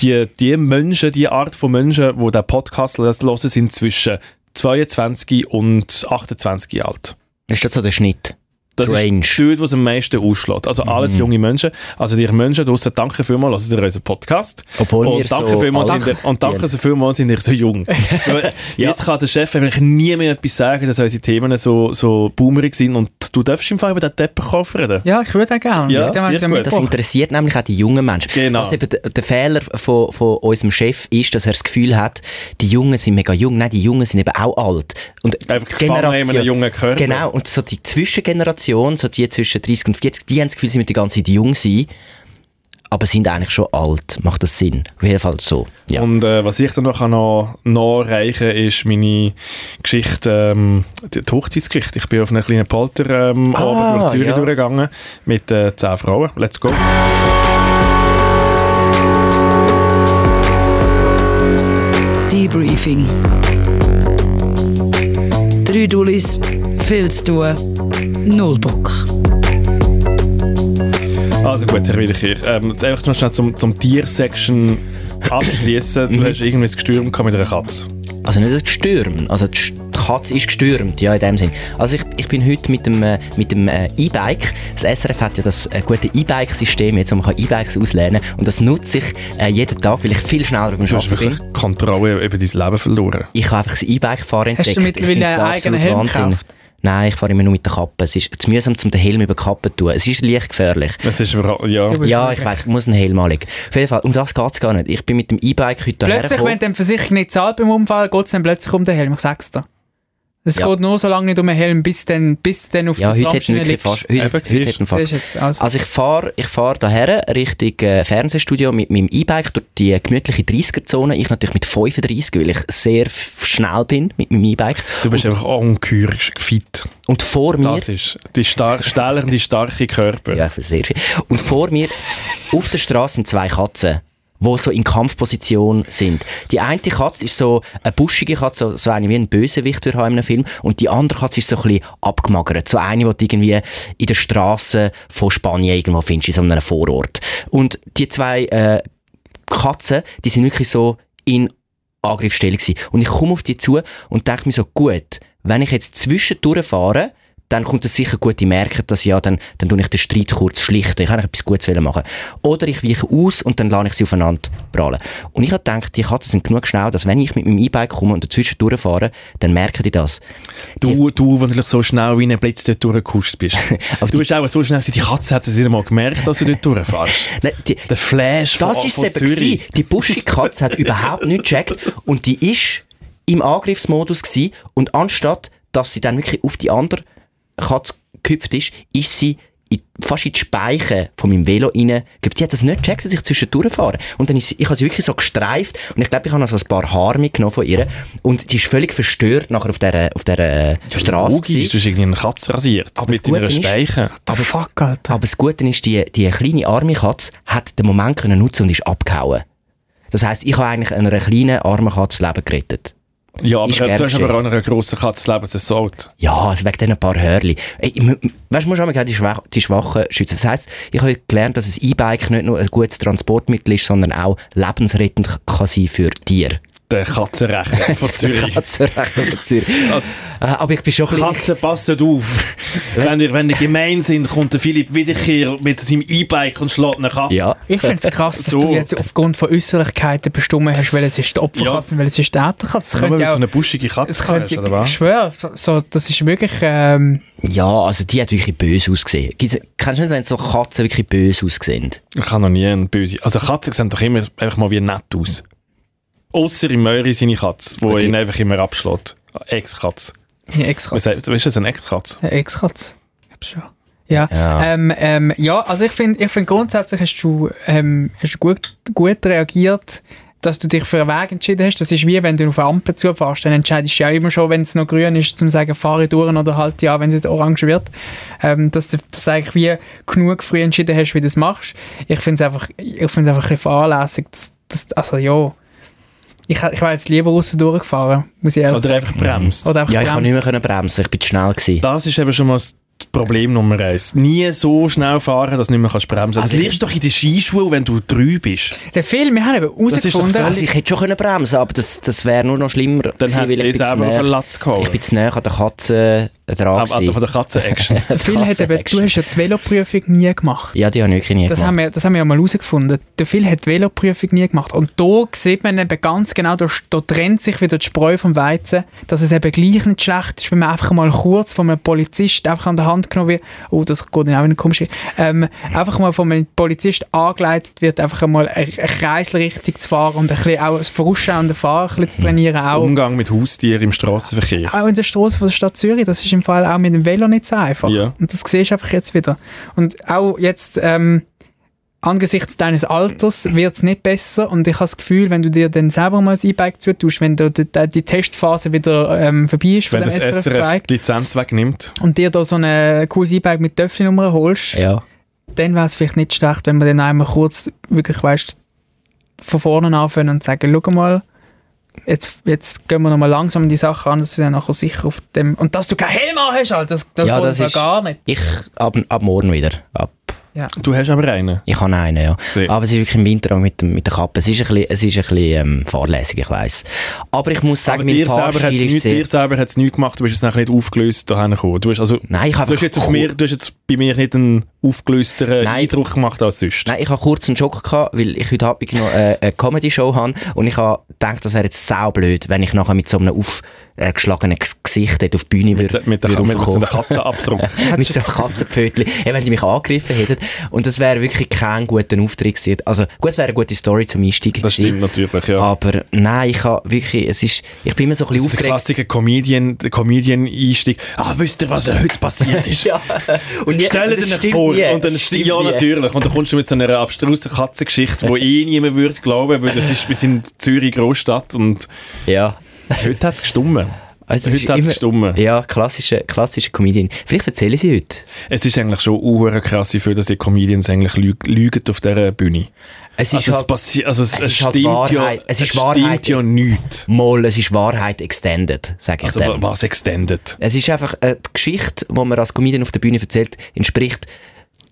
S2: die, die Menschen, die Art von Menschen, die diesen Podcast hören, sind zwischen 22 und 28 Jahre alt.
S3: Ist das so der Schnitt?
S2: Das
S3: Range.
S2: ist dort, was am meisten ausschlägt.
S3: Mhm.
S2: Also alles junge Menschen. Also die Menschen draussen, danke vielmals, hört ihr unseren Podcast.
S3: Obwohl wir
S2: und danke
S3: so
S2: vielmals
S3: alt
S2: sind ihr, Und danke so vielmals sind ihr so jung. Weil Jetzt kann der Chef einfach nie mehr etwas sagen, dass unsere Themen so, so boomerig sind und du darfst im Fall über den Teppichkauf reden.
S1: Ja, ich würde auch gerne.
S2: Ja,
S1: Mit dem haben Oh,
S2: sehr gut.
S1: sie mitgebracht.
S3: Das interessiert nämlich auch die jungen Menschen.
S2: Genau.
S3: Was eben der- der Fehler von, von unserem Chef ist, dass er das Gefühl hat, die Jungen sind mega jung. Nein, die Jungen sind eben auch alt. Und die
S2: Einfach gefangen in einem jungen Körper.
S3: Genau, und so die Zwischengeneration, so die zwischen 30 und 40, die haben das Gefühl, sie müssen die ganze Zeit jung sein, aber sind eigentlich schon alt. Macht das Sinn? Auf jeden Fall so. Ja.
S2: Und äh, was ich dann noch, noch nachreichen kann, ist meine Geschichte, ähm, die, die Hochzeitsgeschichte. Ich bin auf einer kleinen Polter ähm,
S3: Ah,
S2: Abend durch Zürich
S3: ja.
S2: durchgegangen mit äh, 10 Frauen. Let's go.
S4: Debriefing. Drei Dullis, viel zu tun, null Bock.
S2: Also gut, Herr Wiederkehr. Ähm, jetzt einfach noch schnell zum, zum Tier-Section abschließen.
S3: Mhm.
S2: du hast irgendwie ein Gestürm gehabt mit einer Katze.
S3: Also nicht das Gestürm, also die Sch- die Katze ist gestürmt, ja in dem Sinn. Also ich, ich bin heute mit dem, äh, mit dem äh, E-Bike, das SRF hat ja das äh, gute E-Bike-System, jetzt wo man kann E-Bikes ausleihen kann. und das nutze ich äh, jeden Tag, weil ich viel schneller beim
S2: Du hast
S3: Schaffen
S2: wirklich
S3: bin.
S2: Kontrolle über dein Leben verloren.
S3: Ich habe einfach das E-Bike-Fahren entdeckt.
S1: Hast du mittlerweile
S3: Ich find's
S1: einen
S3: da
S1: eigenen
S3: absolut
S1: Helm gekauft?
S3: Nein, ich fahre immer nur mit der Kappe. Es ist zu mühsam, um den Helm über die Kappe zu tun. Es ist leicht gefährlich.
S2: Es ist überhaupt, ja.
S1: Du bist
S3: Ja,
S1: wirklich-
S3: ich weiß, ich muss einen Helm anlegen. Auf jeden Fall, um das geht es gar nicht. Ich bin mit dem E-Bike heute
S1: Plötzlich, wenn die Versicherung nicht zahlt beim Unfall, geht es dann plötzlich um den Helm. Ich sag's dir. Es
S3: Ja.
S1: geht nur so lange nicht um den Helm, bis dann, bis dann auf
S3: Ja,
S1: der
S3: heute hat
S1: Tramschiene
S3: wirklich
S1: liegst.
S3: fast...
S2: Eben,
S3: Heute, heute
S2: siehst
S3: hat ein
S1: Das
S3: fast
S1: ist jetzt also.
S3: Also ich fahre ich fahr daher Richtung äh, Fernsehstudio mit meinem E-Bike durch die gemütliche 30er-Zone. Ich natürlich mit 35, weil ich sehr f- schnell bin mit meinem E-Bike.
S2: Du bist einfach ungeheuer fit.
S3: Und vor mir...
S2: Das ist die star stellernde, starke Körper.
S3: Ja, ich bin sehr viel. Und vor mir auf der Straße sind zwei Katzen wo so in Kampfposition sind. Die eine Katze ist so eine buschige Katze, so, so eine wie ein Bösewicht wir haben in einem Film, und die andere Katze ist so ein bisschen abgemagert. So eine, die du irgendwie in der Straße von Spanien irgendwo findest, in so einem Vorort. Und die zwei äh, Katzen, die sind wirklich so in Angriffsstellung gewesen. Und ich komme auf die zu und denke mir so, gut, wenn ich jetzt zwischendurch fahre, dann kommt es sicher gut, die merken das ja, dann, dann tue ich den Streit kurz schlichten. Ich kann etwas Gutes wollen machen. Oder ich weiche aus und dann lade ich sie aufeinander prallen. Und ich habe gedacht, die Katzen sind genug schnell, dass wenn ich mit meinem E-Bike komme und dazwischen durchfahre, dann merken die das.
S2: Du, du, der natürlich so schnell wie ein Blitz dort durchgekuscht bist. Aber du bist auch so schnell, gewesen, die Katze hat es wieder mal gemerkt, dass du dort durchfährst.
S3: Nein, die,
S2: Der Flash von,
S3: Das ist
S2: von
S3: eben gewesen. Die buschige Katze hat überhaupt nicht gecheckt und die ist im Angriffsmodus gewesen. und anstatt, dass sie dann wirklich auf die andere Katze gehüpft ist, ist sie in, fast in die Speiche von meinem Velo rein. gehüpft. Sie hat das nicht gecheckt, dass ich zwischendurch fahre. Und dann ist sie, ich habe sie wirklich so gestreift und ich glaube, ich habe noch so ein paar Haare mitgenommen von ihr und sie ist völlig verstört nachher auf dieser, auf dieser äh, Straße.
S2: Ugi, du
S3: gewesen.
S2: hast irgendwie eine Katze rasiert.
S3: Aber
S2: mit
S3: das Gute
S2: deiner
S3: ist-
S2: Speiche.
S1: aber fuck, Alter.
S3: Aber das Gute ist, die, die kleine arme Katze hat den Moment können nutzen und ist abgehauen. Das heisst, ich habe eigentlich einer kleinen armen Katze das Leben gerettet.
S2: Ja, aber
S3: Ist
S2: du
S3: gern
S2: hast aber
S3: geschehen.
S2: auch noch eine grosse Katze das Leben zersaut.
S3: Ja, also wegen diesen paar Hörli. Ey, ich mu- Weißt du, man muss auch mal sagen, die, Schwach die Schwachen schützen. Das heisst, ich habe gelernt, dass ein E-Bike nicht nur ein gutes Transportmittel ist, sondern auch lebensrettend kann sein für Tiere.
S2: Der Katzenrecher von Zürich.
S3: Katzenrechnung Zürich. Äh, Aber ich bin schon ein bisschen...
S2: Katzen, passt auf. wenn, ihr, wenn ihr gemein sind, kommt der Philipp Wiederkehr mit seinem E-Bike und schlägt ihn ab.
S3: Ja.
S1: Ich finde es krass, dass
S2: So.
S1: du jetzt aufgrund von Äußerlichkeiten bestimmen hast, welches ist die Opferkatze und welches ist die Täterkatze. Es
S2: Nur weil
S1: könnte
S2: du
S1: ja
S2: so
S1: auch,
S2: eine buschige
S1: es
S2: Katze hast,
S1: könnte,
S2: oder
S1: ich
S2: was?
S1: schwöre, so, so, das ist wirklich, ähm,
S3: ja, also die hat wirklich böse ausgesehen. Gibt's- Kennst du nicht, wenn so Katzen wirklich böse aussehen?
S2: Ich habe noch nie einen böse. Also Katzen sehen doch immer einfach mal wie nett aus. Außer im Möri seine Katze, wo
S3: die-
S2: ihn einfach immer abschlägt. Ex-Katze.
S1: eine
S2: Was
S1: Ex-Katze.
S2: sagt- Weißt du, das ist eine Ex-Katze.
S1: Eine Ex-Katze. Ich hab's schon. Ja,
S3: Ja.
S1: Ähm, ähm, ja also ich finde ich find grundsätzlich hast du, ähm, hast du gut, gut reagiert, dass du dich für einen Weg entschieden hast. Das ist wie wenn du auf eine Ampel zufährst, dann entscheidest du ja immer schon, wenn es noch grün ist, zum sagen, fahre durch oder halt ja, wenn es jetzt orange wird. Ähm, dass du das eigentlich wie genug früh entschieden hast, wie du das machst. Ich finde es einfach, ich find's einfach ein bisschen fahrlässig, dass, dass, also ja, Ich, ich wäre jetzt lieber außen durchgefahren, muss ich ehrlich
S2: Oder einfach bremst.
S1: Oder einfach
S3: Ja, ich
S1: gebremst.
S3: kann nicht mehr bremsen, ich bin zu schnell gewesen.
S2: Das ist eben schon mal das Problem Nummer eins. Nie so schnell fahren, dass du nicht mehr kannst bremsen kannst.
S3: Also
S2: das
S3: ich-
S2: lernst du doch in der Skischule, wenn du drei bist.
S1: Der Film, wir haben eben
S2: ist doch
S1: herausgefunden,
S2: völlig-
S3: Also ich hätte schon können bremsen aber das, das wäre nur noch schlimmer
S2: Dann
S3: gewesen,
S2: hat
S3: weil
S2: es
S3: ich bin zu
S2: selber auf
S3: näher-
S2: den Latz
S3: Ich bin
S2: gehauen.
S3: zu näher an der Katze dran
S2: Ab ab- von
S3: gewesen.
S2: der Katzen-Action.
S1: der Phil hat eben, du hast ja die Veloprüfung nie gemacht.
S3: Ja, die habe ich wirklich nie
S1: Das
S3: gemacht.
S1: haben, wir, das haben wir ja mal herausgefunden. Der Phil hat die Veloprüfung nie gemacht. Und da sieht man eben ganz genau, da, da trennt sich wieder die Spreu vom Weizen, dass es eben gleich nicht schlecht ist, wenn man einfach mal kurz von einem Polizist einfach an der Hand genommen wird. Oh, das geht dann auch in eine komische. Ähm, einfach mal von einem Polizist angeleitet wird, einfach einmal einen Kreisel richtig zu fahren und ein bisschen auch das vorausschauende Fahren ein bisschen zu trainieren. Auch,
S2: Umgang mit Haustieren im Straßenverkehr.
S1: auch in der Straße von der Stadt Zürich, das ist im Fall auch mit dem Velo nicht so einfach.
S2: Ja.
S1: Und das siehst du einfach jetzt wieder. Und auch jetzt, ähm, angesichts deines Alters, wird es nicht besser. Und ich habe das Gefühl, wenn du dir dann selber mal ein E-Bike zutust, wenn du die, die Testphase wieder ähm, vorbei ist von
S2: Wenn
S1: dem
S2: das
S1: SRF
S2: SRF
S1: Bike
S2: die Lizenz wegnimmt.
S1: und dir da so ein cooles E-Bike mit Töpfchennummern holst,
S3: Ja.
S1: dann wäre es vielleicht nicht schlecht, wenn man dann einmal kurz wirklich, weißt von vorne anfangen und sagen, schau mal, jetzt, jetzt gehen wir nochmal langsam die Sachen an, dass du dann nachher sicher auf dem... Und dass du keinen Helm an hast, halt, das, das
S3: Ja,
S1: geht
S3: das
S1: ja
S3: ist-
S1: gar nicht.
S3: Ich, ab, ab morgen wieder. Ab.
S2: Du hast aber einen.
S3: Ich habe einen, ja.
S2: Sehr.
S3: Aber es ist wirklich im Winter auch mit, dem, mit der Kappe. Es ist ein bisschen, es ist ein bisschen ähm, fahrlässig, ich weiss. Aber ich muss sagen,
S2: Aber
S3: mein
S2: dir selber hat es
S3: Fahrstil ist
S2: nichts,
S3: sehr...
S2: dir selber hat's nichts gemacht, du bist jetzt nachher nicht aufgelöst daher gekommen. Du, bist also, du,
S3: Nein, ich habe
S2: hast jetzt auf
S3: einfach-
S2: mir, du hast jetzt bei mir nicht einen aufgelösteren
S3: Nein.
S2: Eindruck gemacht als sonst.
S3: Nein, ich habe kurz einen Schock gehabt, weil ich heute Abend noch äh, eine Comedy-Show habe und ich habe gedacht, das wäre jetzt saublöd, wenn ich nachher mit so einem aufgeschlagenen G- Gesicht dort auf die Bühne würde.
S2: Mit, der,
S3: würde
S2: mit so einem
S3: aufkommen.
S2: Katzenabdruck.
S3: mit so einem Katzenpfötchen. Ja, wenn die mich angegriffen hätten. Und das wäre wirklich kein guter Auftritt gewesen. Also, gut, es wäre eine gute Story zum Einsteigen
S2: Das stimmt
S3: gewesen.
S2: natürlich, ja.
S3: Aber nein, ich habe wirklich, es ist, ich bin immer so ein
S2: Das
S3: bisschen
S2: ist der
S3: aufgeregt.
S2: klassische Comedian, der Comedian-Einstieg. Ah, wisst ihr, was da heute passiert ist?
S3: Ja. Und nie-
S2: Stell
S3: und das
S2: dir das
S3: stimmt
S2: vor.
S3: nie.
S2: Und dann
S3: Das stimmt
S2: ja,
S3: nie.
S2: natürlich. Und dann kommst du mit so einer abstrusen Katzengeschichte, wo eh niemand würde glauben, weil das ist, wir sind Zürich Großstadt und
S3: Ja.
S2: heute hat es gestummen.
S3: Also, es
S2: heute hat es
S3: ist
S2: gestummen.
S3: immer, ja, klassische, klassische Comedian. Vielleicht erzähle ich sie heute.
S2: Es ist eigentlich schon uhr krass, wie viel dass die Comedians eigentlich lüg- lügen auf dieser Bühne.
S3: Es ist
S2: Also es,
S3: halt,
S2: passi- also es,
S3: es
S2: es
S3: ist halt
S2: stimmt ja,
S3: Wahrheit. Es ist Wahrheit.
S2: stimmt ja nichts.
S3: mal, es ist Wahrheit extended, sage ich
S2: Also
S3: dem.
S2: wa- was extended?
S3: Es ist einfach äh, die Geschichte, die man als Comedian auf der Bühne erzählt, entspricht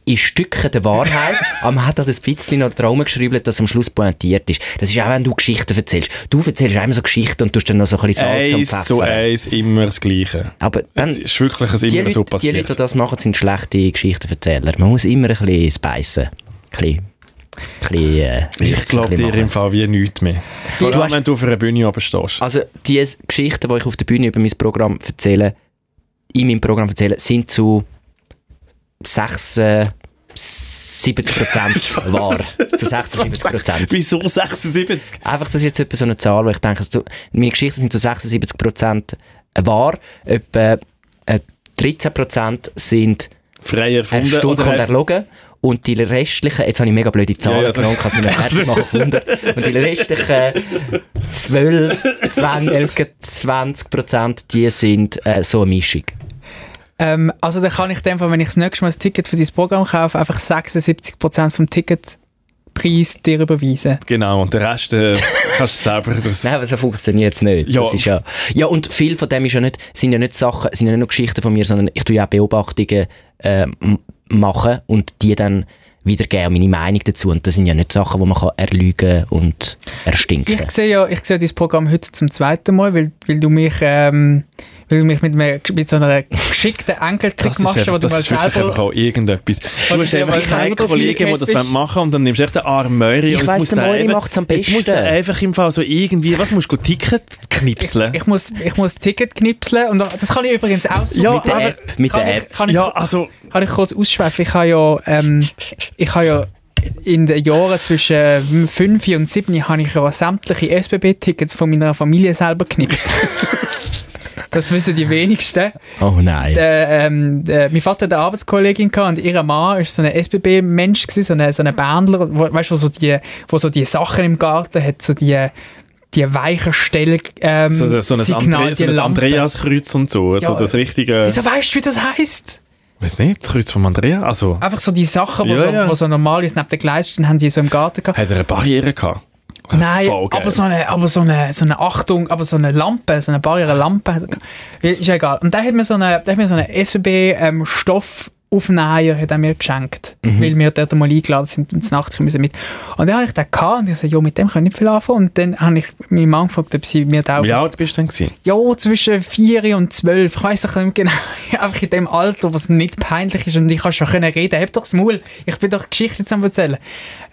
S3: in Stücken der Wahrheit, aber man hat halt ein bisschen noch darum geschrieben, dass am Schluss pointiert ist. Das ist auch, wenn du Geschichten erzählst. Du erzählst einmal so Geschichten und tust dann noch so ein bisschen Salz und
S2: Eins zu
S3: Pfeffer.
S2: eins immer das Gleiche.
S3: Aber dann,
S2: es ist wirklich es
S3: die,
S2: immer
S3: Leute,
S2: so
S3: die Leute, die
S2: passiert.
S3: das machen, sind schlechte Geschichtenverzähler. Man muss immer ein bisschen speissen. Ein bisschen, ein bisschen, äh,
S2: Ich glaube dir im Fall wie nichts mehr. Vor
S3: Du
S2: allem,
S3: hast-
S2: wenn du auf einer Bühne runterstehst.
S3: Also die Geschichten, die ich auf der Bühne über mein Programm erzähle, in meinem Programm erzähle, sind zu 76 Prozent wahr. Zu 76 Prozent.
S2: Wieso 76?
S3: Einfach, das ist jetzt etwa so eine Zahl, wo ich denke, so- meine Geschichten sind zu 76 Prozent wahr. Etwa äh, 13 Prozent sind
S2: Frei erfunden
S3: erstaunt und
S2: oder
S3: erlogen. Und die restlichen, jetzt habe ich mega blöde Zahlen
S2: Ja, ja, das-
S3: genommen, kann es nicht mehr ernst machen auf 100. Und die restlichen 12, 20, 20 Prozent, die sind äh, so eine Mischung.
S1: Ähm, also dann kann ich in dem Fall, wenn ich das nächste Mal ein Ticket für dein Programm kaufe, einfach 76% vom Ticketpreis dir überweisen.
S2: Genau, und den Rest äh, kannst du selber... Das,
S3: Nein, aber so funktioniert es nicht.
S2: Ja.
S3: Das ist ja, ja, und viel von dem ist ja nicht, sind ja nicht Sachen, sind ja nicht nur Geschichten von mir, sondern ich tue ja auch Beobachtungen äh, m- machen und die dann wiedergeben und meine Meinung dazu. Und das sind ja nicht Sachen, die man kann erlügen und erstinken
S1: Ich sehe ja, ich sehe dein Programm heute zum zweiten Mal, weil, weil du mich, ähm, weil du mich mit, einem, mit so einer geschickten Enkeltrick
S2: das ist,
S1: machst,
S2: einfach,
S1: wo du
S2: das
S1: mal
S2: ist wirklich einfach
S1: selber...
S2: auch irgendetwas. Du hast
S1: du mal
S2: einfach
S1: selber
S2: keinen
S1: drauf
S2: Kollegen, der das
S1: bist.
S2: machen wollen, und dann nimmst du echt den armen Möri
S3: Ich
S2: und
S3: weiss,
S2: muss
S3: der Möri
S2: einfach-
S3: macht's am
S2: Jetzt musst du
S3: besten.
S2: einfach im Fall so irgendwie... Was musst du? Ticket knipseln?
S1: Ich muss, ich muss Ticket knipseln und das kann ich übrigens auch so
S2: Ja,
S1: mit
S2: aber-
S1: der App.
S3: Mit
S1: kann
S3: der
S1: ich,
S3: App.
S1: kann ich,
S2: ja, also...
S1: kann ich kurz ausschweifen? Ich habe ja, ähm, ich habe ja in den Jahren zwischen 5 und 7 habe ich ja sämtliche SBB-Tickets von meiner Familie selber knipst. das wissen die wenigsten.
S3: Oh nein.
S1: Der, ähm, der, mein Vater hat eine Arbeitskollegin gehabt und ihr Mann war so ein SBB-Mensch, gewesen, so ein so ein Bändler, wo, weißt, du, wo, so die, wo so die Sachen im Garten hat, so die, die weichen Stellen, ähm,
S2: So, so ein,
S1: Signal,
S2: Andre, so
S1: die
S2: ein
S1: Lampen.
S2: Andreas-Kreuz und so. so
S1: Ja.
S2: das richtige...
S1: Wieso weißt du, wie das heisst?
S2: Weiß nicht, das Kreuz von Andreas? Also,
S1: Einfach so die Sachen, wo,
S2: Ja,
S1: so,
S2: ja.
S1: wo so normal ist, neben den Gleis, dann haben die so im Garten gehabt.
S2: hat er eine Barriere gehabt?
S1: Nein,
S2: voll geil.
S1: aber, so eine, aber so, eine, so eine Achtung, aber so eine Lampe, so eine Barriere-Lampe, ist ja egal. Und da hat mir so eine, da hat mir so eine SBB-Stoffaufnäher ähm, hat er mir geschenkt,
S2: Mhm.
S1: weil wir dort mal eingeladen sind und zur Nacht kommen sie mit. Und dann habe ich den gehabt und ich so, jo, mit dem kann ich nicht viel anfangen. Und dann habe ich meine Mann gefragt, ob sie mir da auch
S2: Wie alt bist du denn? Gewesen?
S1: ja, zwischen 4 und 12. Ich weiss doch nicht genau. Einfach in dem Alter, was nicht peinlich ist und ich kann schon können reden. Hab doch das Maul. Ich bin doch Geschichte zu erzählen.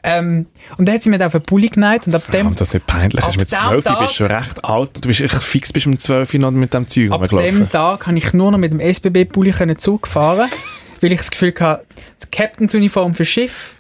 S1: Ähm, und dann hat sie mir da auf den Pulli geneigt und ab dem,
S2: Warum das nicht peinlich ist?
S1: Ähm, Ab
S2: Mit
S1: dem
S2: 12
S1: Tag-
S2: bist du schon recht alt und du bist echt fix bis mit 12 noch mit dem Zeug
S1: ab dem
S2: rumgelaufen.
S1: Tag kann ich nur noch mit dem SBB-Pulli Zug fahren, weil ich das Gefühl hatte, die Captainsuniform für Schiff,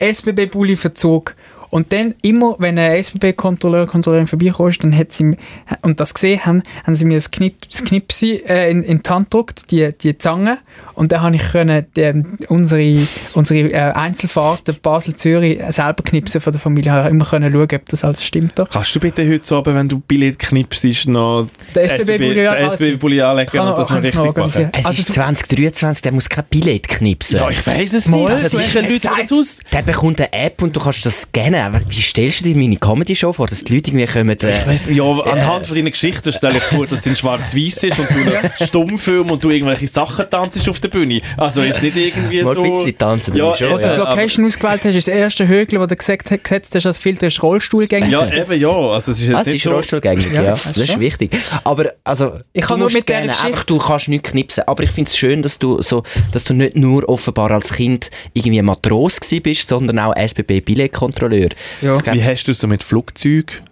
S1: SBB-Pulli für Zug. Und dann immer, wenn ein SBB-Kontrolleur, Kontrolleurin vorbeikommt, ist, dann hat sie, m- und das gesehen haben, haben sie mir das, Knip, das Knipsi äh, in, in die Hand gedrückt, die, die Zange. Und dann habe ich können, die, ähm, unsere, unsere äh, Einzelfahrten Basel-Zürich selber knipsen von der Familie. Ich habe immer können schauen, ob das alles stimmt. Da.
S2: Kannst du bitte heute Abend, wenn du Billett knipsst, noch
S1: Der SBB-Pulli
S2: den
S1: anziehen.
S2: SBB-Pulli anlegen
S1: Kann
S2: und genau,
S1: man-
S2: das noch
S1: kann ich noch
S2: richtig machen?
S1: organisieren.
S3: Es
S1: Also
S3: ist
S1: zu-
S3: 2023, der muss kein Billett knipsen.
S2: Ja, ich weiß es
S1: Mal,
S2: nicht. Also,
S1: so
S2: sicher
S1: hast du
S2: Leute, die das
S1: gesagt.
S2: aus.
S3: Der bekommt eine App und du kannst das scannen. Aber Wie stellst du dir meine Comedy-Show vor, dass die Leute irgendwie kommen...
S2: Ich
S3: Äh,
S2: weiss, ja, anhand von deinen Geschichten stelle ich es vor, dass es in schwarz-weiß ist und du einen Stummfilm und du irgendwelche Sachen tanzt auf der Bühne. Also jetzt nicht irgendwie
S3: Mal
S2: so...
S3: ein bisschen tanzen tue ich schon,
S2: eben,
S1: Oder die Location ausgewählt hast, ist das erste Högle, das du gesagt, gesetzt hast, als Filter ist Rollstuhlgänger.
S2: aber- Ja, eben, ja. Also es ist jetzt
S3: Ah, es
S2: nicht
S3: ist
S2: so...
S3: Rollstuhlgängig, ja.
S1: Ja,
S3: Das
S1: weißt
S3: ist
S1: schon.
S3: wichtig. Aber, also,
S1: Ich
S3: du
S1: kann nur
S3: musst
S1: mit dieser
S3: scannen.
S1: Geschichte-
S3: Einfach, du kannst nicht knipsen. Aber ich finde es schön, dass du, so, dass du nicht nur offenbar als Kind irgendwie Matros gewesen bist, sondern auch SBB-Billettkontrolleur.
S1: Ja.
S2: Wie hast du es so mit Flugzeug?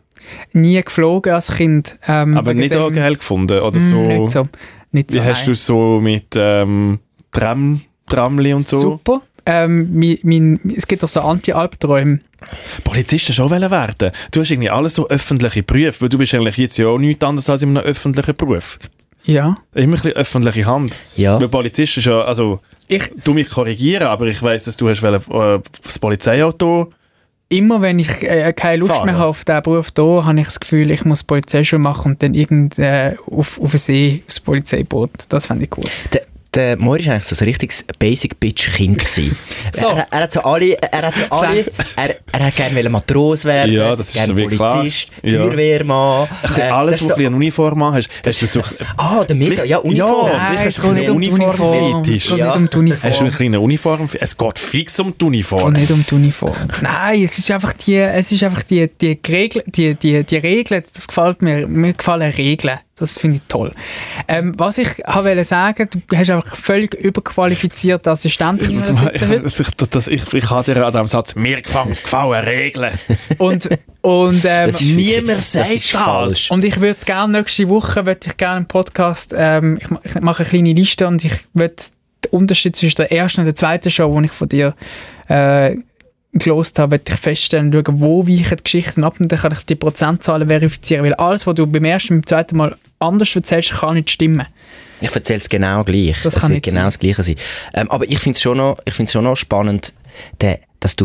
S1: Nie geflogen als Kind.
S3: Mhm.
S1: Ähm,
S2: Aber
S1: wegen
S2: nicht auch geil gefunden oder
S1: Mm,
S2: so?
S1: Nicht so. Nicht so
S2: Wie hast du
S1: nein.
S2: es so mit ähm, Tram, Tramli und so?
S1: Super. Ähm, mein, mein, es gibt doch so Anti-Albträume.
S2: Polizisten schon wollen werden. Du hast irgendwie alles so öffentliche Berufe, weil du bist eigentlich jetzt ja auch nichts anderes als in einem öffentlichen Beruf.
S1: Ja.
S2: Immer ein bisschen öffentliche Hand.
S3: Ja.
S2: Weil Polizist ist ja, also, ich du mich korrigieren, aber ich weiss, dass du hast wollen, äh, das Polizeiauto
S1: Immer wenn ich äh, keine Lust
S2: Fahren.
S1: mehr habe auf diesen Beruf hier, habe ich das Gefühl, ich muss Polizeischule machen und dann irgend äh, auf, auf den See aufs Polizeiboot. Das fände ich cool.
S3: Der, der Moir ist eigentlich so ein richtiges Basic-Bitch-Kind gewesen.
S1: So.
S3: Er, er hat so alle, er hat so alle, er, er hat gerne wollen Matros werden,
S2: Ja, das ist
S3: gerne
S2: so wie klar.
S3: Polizist,
S2: Ja. Ein
S3: Feuerwehrmann.
S2: bisschen
S3: äh,
S2: alles,
S3: das
S2: was
S3: ist
S2: so eine Uniform an hast. Hast du so, hast
S3: Ah, der Mesa, ja, Uniform. Äh,
S2: Ja, vielleicht hast du
S1: es geht
S2: ein
S1: nicht um die
S2: bisschen
S1: Uniform.
S2: Uniform-Fetisch.
S1: Es geht
S3: Ja.
S1: nicht um die Uniform.
S2: du einen kleinen Uniform? Es geht fix um die
S1: Und
S2: Uniform.
S1: nicht um die Uniform. Nein, es ist einfach die, es ist einfach die, die, Regel, die, die, die Regeln, das gefällt mir. Mir gefallen Regeln. Das finde ich toll. Ähm, was ich ha wollte sagen, du hast einfach völlig überqualifizierte Assistenten.
S2: Ich, ich, ich, das, ich, ich habe dir an diesem Satz, mir gefallen, gefallen Regeln.
S1: Und, und, ähm,
S3: Das ist
S2: Niemand
S3: wirklich-
S2: sagt
S3: das. Ist
S2: das.
S3: falsch.
S1: und ich würde gerne nächste Woche würde ich gerne einen Podcast, ähm, ich, ma- ich mache eine kleine Liste und ich würde den Unterschied zwischen der ersten und der zweiten Show, die ich von dir äh, gelost habe, würde ich feststellen, schauen, wo weichen die Geschichten ab und dann kann ich die Prozentzahlen verifizieren, weil alles, was du beim ersten und beim zweiten Mal anders erzählst, kann nicht stimmen.
S3: Ich erzähle es genau gleich.
S1: Das kann
S3: wird
S1: nicht
S3: genau
S1: sein.
S3: das Gleiche sein. Ähm, aber ich finde es schon, noch- ich find's schon noch spannend, der, dass du...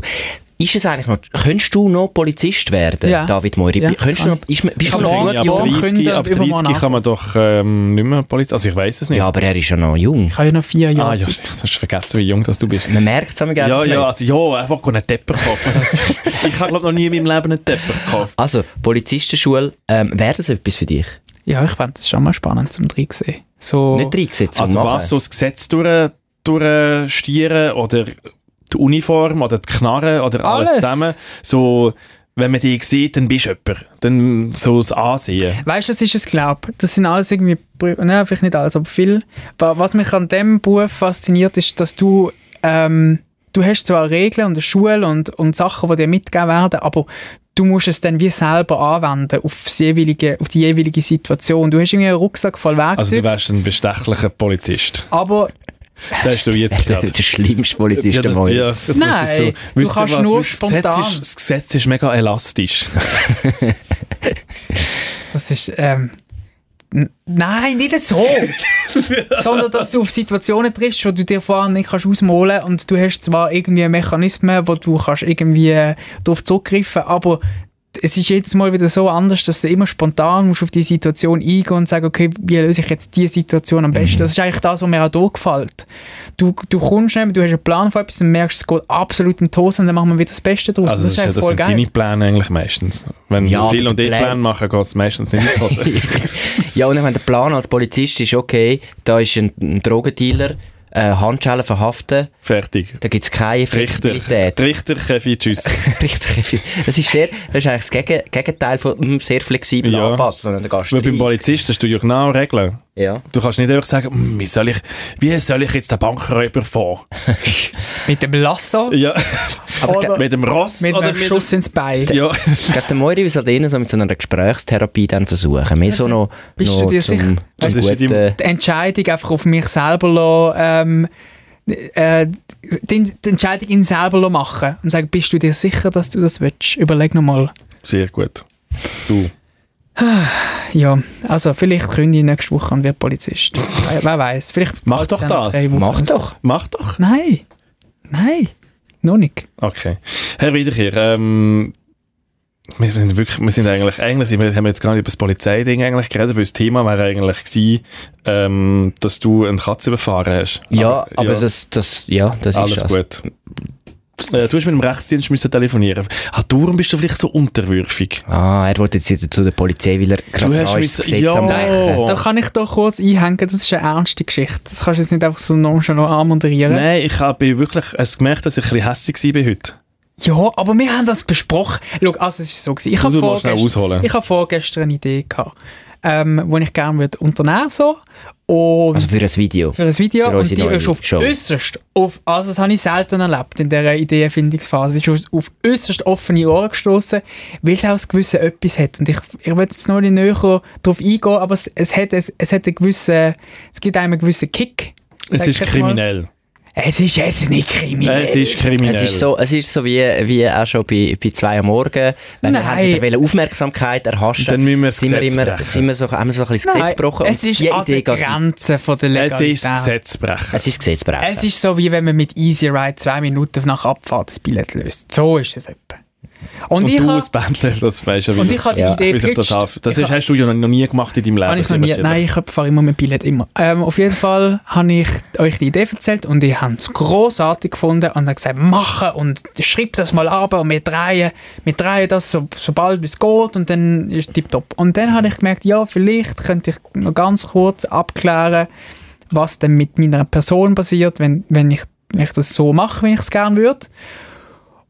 S3: Ist es eigentlich noch... Könntest du noch Polizist werden,
S1: Ja.
S3: David Moiri?
S1: Ja,
S3: Könntest du
S1: kann
S3: noch... Ist, man- bist du
S1: Kann
S3: noch
S1: man.
S3: jung?
S1: Ja,
S2: ab
S1: morgen
S2: 30,
S1: können,
S2: ab
S1: übermorgen
S2: 30 kann man doch ähm, nicht mehr Polizei... Also ich weiß es nicht.
S3: Ja, aber er ist ja noch jung.
S1: Ich habe ja noch vier Jahre
S2: ah, ja,
S1: Zeit.
S2: hast du vergessen, wie jung dass du bist.
S3: Man merkt es
S2: Ja, ja, also ja, einfach einen Tepper kaufen. Das- ich habe glaube noch nie in meinem Leben einen Tepper gekauft.
S3: Also, Polizistenschule, ähm, wäre das etwas für dich?
S1: Ja, ich fand es schon mal spannend zum Dreh sehen. So,
S3: Nicht reingesetzt,
S2: Also
S3: machen.
S2: was, so das Gesetz durch, durchstieren oder die Uniform oder die Knarre oder alles,
S1: Alles.
S2: zusammen. So, wenn man die sieht, dann bist du jemand. Dann so das Ansehen.
S1: Weißt du, das ist es, glaube Das sind alles irgendwie. Berufe- Nein, vielleicht nicht alles, aber viel. Wa- Was mich an dem Beruf fasziniert, ist, dass du. Ähm, du hast zwar Regeln und eine Schule und, und Sachen, die dir mitgegeben werden, aber du musst es dann wie selber anwenden auf, das jeweilige, auf die jeweilige Situation. Du hast irgendwie einen Rucksack voll Werkzeug,
S2: Also du wärst ein bestechlicher Polizist.
S1: aber
S2: Sagst du jetzt
S3: Das
S2: gerade.
S3: ist der schlimmste Polizist
S2: Ja,
S3: der
S2: das-
S3: Moiri.
S2: ja, das ist
S1: Nein,
S2: so.
S1: du
S2: Wisst ihr
S1: kannst
S2: was?
S1: nur
S2: das Gesetz
S1: spontan.
S2: ist, das Gesetz ist mega elastisch.
S1: das ist. Ähm, n- Nein, nicht so! Sondern, dass du auf Situationen triffst, die du dir vorher nicht kannst ausmalen kannst und du hast zwar irgendwie Mechanismen, wo du kannst irgendwie darauf äh, zurückgreifen aber d- es ist jetzt mal wieder so anders, dass du immer spontan musst auf die Situation eingehen und sagen, okay, wie löse ich jetzt diese Situation am
S2: Mhm.
S1: besten? Das ist eigentlich das, was mir auch durchgefällt. Du, du kommst nicht, mehr, du hast einen Plan von etwas und merkst, es geht absolut in die Hose und dann machen wir wieder das Beste draus.
S2: Also das, ist ja, das
S1: voll
S2: sind deine
S1: geil.
S2: Pläne eigentlich meistens. Wenn
S3: Ja,
S2: du viel
S3: aber
S2: und
S3: die
S2: ich
S3: Pläne-
S2: Pläne machen, geht es meistens nicht Also, in die Hose.
S3: ja, und wenn der Plan als Polizist ist, okay, da ist ein, ein Drogendealer, äh, Handschellen verhaften,
S2: Fertig.
S3: da gibt es keine
S2: Richter.
S3: Flexibilität.
S2: Richter, Käfi, tschüss.
S3: Richtig. Das ist sehr, das ist eigentlich das Gege- Gegenteil von mm, sehr flexibel
S2: Ja.
S3: anpassen, sondern da gehst du
S2: Weil beim
S3: rein.
S2: Polizisten hast du ja genau Regeln.
S3: Ja.
S2: Du kannst nicht einfach sagen, «Hm, wie soll ich, wie soll ich jetzt den Bankräuber fahren?
S1: Mit dem Lasso
S2: Ja,
S1: oder mit,
S2: mit dem Ross oder
S1: einem
S2: mit
S1: Schuss ins Bein.
S2: dem... Ja,
S3: Ich glaube, der Moiri will es halt eher so mit so einer Gesprächstherapie dann versuchen. Mehr so noch,
S1: Also, Bist
S3: noch
S1: du dir sicher?
S3: zum,
S2: Das
S3: zum
S2: ist ja die-
S3: guten...
S1: die Entscheidung einfach auf mich selber lassen, ähm, äh, die, die Entscheidung in selber lassen machen und sagen, bist du dir sicher, dass du das willst? Überleg nochmal.
S2: sehr gut. Du.
S1: Ja, also vielleicht könnte ich nächste Woche und werde Polizist. wer, wer weiß? Vielleicht
S2: Mach
S1: bald
S2: doch
S1: sind
S2: das.
S1: drei Wochen.
S3: Mach doch!
S2: Mach doch.
S1: Nein, nein, noch nicht.
S2: Okay. Herr Wiederkehr, ähm, wir sind wirklich, wir sind eigentlich, eigentlich sind wir, haben wir jetzt gar nicht über das Polizeiding eigentlich geredet, weil das Thema wäre eigentlich gewesen, ähm, dass du eine Katze überfahren hast.
S3: Ja, aber, Das, das, ja, das
S2: Alles
S3: ist also- das.
S2: gut. Äh, du hast mit dem Rechtsdienst müssen telefonieren. Ah, darum bist du vielleicht so unterwürfig.
S3: Ah, er wollte jetzt wieder zu der Polizei, weil er gerade
S2: hast
S3: da ist,
S2: müssen-
S3: das Gesetz
S2: Ja.
S3: am Brechen.
S1: Da kann ich doch kurz einhängen, das ist eine ernste Geschichte. Das kannst du jetzt nicht einfach so nonchalant anmoderieren.
S2: Nein, ich habe wirklich es gemerkt, dass ich ein bisschen hässlich war heute.
S1: Ja, aber wir haben das besprochen. Schau, also es ist so gewesen. Ich
S2: Du
S1: habe
S2: musst schnell
S1: vorgestern,
S2: ausholen.
S1: ich habe vorgestern eine Idee gehabt, ähm, wo ich gerne würde unternehmen so und
S3: Also für ein Video.
S1: für ein Video
S3: für
S1: und
S3: unsere
S1: die
S3: neue
S1: ist auf
S3: Show.
S1: äußerst auf, also das habe ich selten erlebt in dieser Ideenfindungsphase, Es ist auf, auf äußerst offene Ohren gestoßen, weil es auch ein gewisses etwas hat und ich, ich will jetzt noch nicht näher darauf eingehen, aber es, es hat es, es hat einen gewissen, es gibt einem einen gewissen Kick.
S2: Es ist
S1: Sag ich jetzt
S2: kriminell.
S1: Mal. Es ist es nicht kriminell.
S2: Es ist kriminell.
S3: Es ist, so, es ist so wie, wie auch schon bei, bei zwei am Morgen, wenn wir
S1: Nein.
S3: haben wieder wollen Aufmerksamkeit erhaschen
S2: Dann müssen wir das
S3: sind wir
S2: Gesetz
S3: immer,
S2: brechen.
S3: sind wir so, haben wir so ein bisschen das
S1: Nein,
S3: Gesetz gebrochen.
S1: Es
S3: und
S1: ist
S3: die
S1: an
S3: Idee
S1: der
S3: geht weiter.
S1: Grenze von der
S2: es
S1: Legalität.
S2: ist Gesetzbrechen.
S3: Es ist Gesetzbrechen.
S1: Es ist so, wie wenn man mit Easy Ride zwei Minuten nach Abfahrt das Billett löst. So ist es etwa. Und,
S2: Und
S1: ich
S2: du
S1: habe
S2: als Bändler, das weißt du, wie
S1: und
S2: das-
S1: ich habe die
S3: ja,
S1: Idee
S2: wie sich das
S1: gepitcht.
S2: auf. Das
S1: Ich
S2: ist, hast du ja noch- noch nie gemacht in deinem Leben.
S1: Habe ich noch nie,
S2: Sebastian.
S1: nein, ich fahre immer mit Billett, immer. Ähm, auf jeden Fall habe ich euch die Idee erzählt und ich habe es grossartig gefunden und habe gesagt, machen und schreib das mal ab und wir drehen, wir drehen das so, sobald es geht und dann ist es tipptopp. Und dann habe ich gemerkt, ja, vielleicht könnte ich noch ganz kurz abklären, was denn mit meiner Person passiert, wenn, wenn, ich, wenn ich das so mache, wenn ich es gerne würde.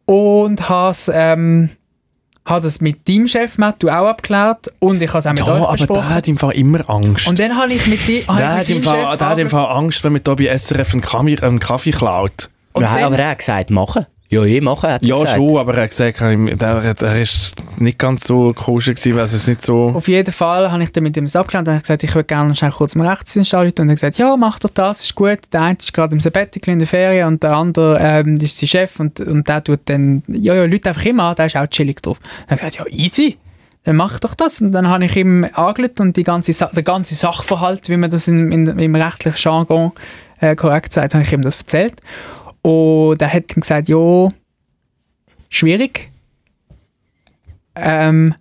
S1: Und habe es, ähm, habe das mit deinem Chef, Matt, du auch abgeklärt und ich habe es auch mit
S2: Ja,
S1: euch
S2: aber
S1: besprochen.
S2: der hat im Fall immer Angst.
S1: Und dann habe ich mit dir.
S2: der hat, im Fall, der hat im Fall Angst, wenn man hier bei SRF einen, Kami, einen Kaffee klaut.
S1: Und
S3: Nein,
S1: dann-
S3: aber er hat gesagt, machen. Ja, ich machen, hat er
S2: Ja,
S3: gesagt.
S2: schon, aber er hat gesagt, er, er, er ist nicht ganz so koscher gewesen, also es ist nicht so...
S1: Auf jeden Fall habe ich dann mit ihm das abgeklärt und habe gesagt, ich würde gerne schnell kurz mal Rechtsdienst anrufen. Und er hat gesagt, ja, mach doch das, ist gut. Der eine ist gerade im Sabbatical in der Ferien und der andere ähm, ist sein Chef und, und der tut dann, ja, ja, Leute einfach immer an, der ist auch chillig drauf. Dann habe ich gesagt, ja, easy, dann mach doch das. Und dann habe ich ihm angerufen und die ganze Sa den ganzen Sachverhalt, wie man das in, in, im rechtlichen Jargon äh, korrekt sagt, habe ich ihm das erzählt. Und er hat dann gesagt, ja, schwierig. Ähm,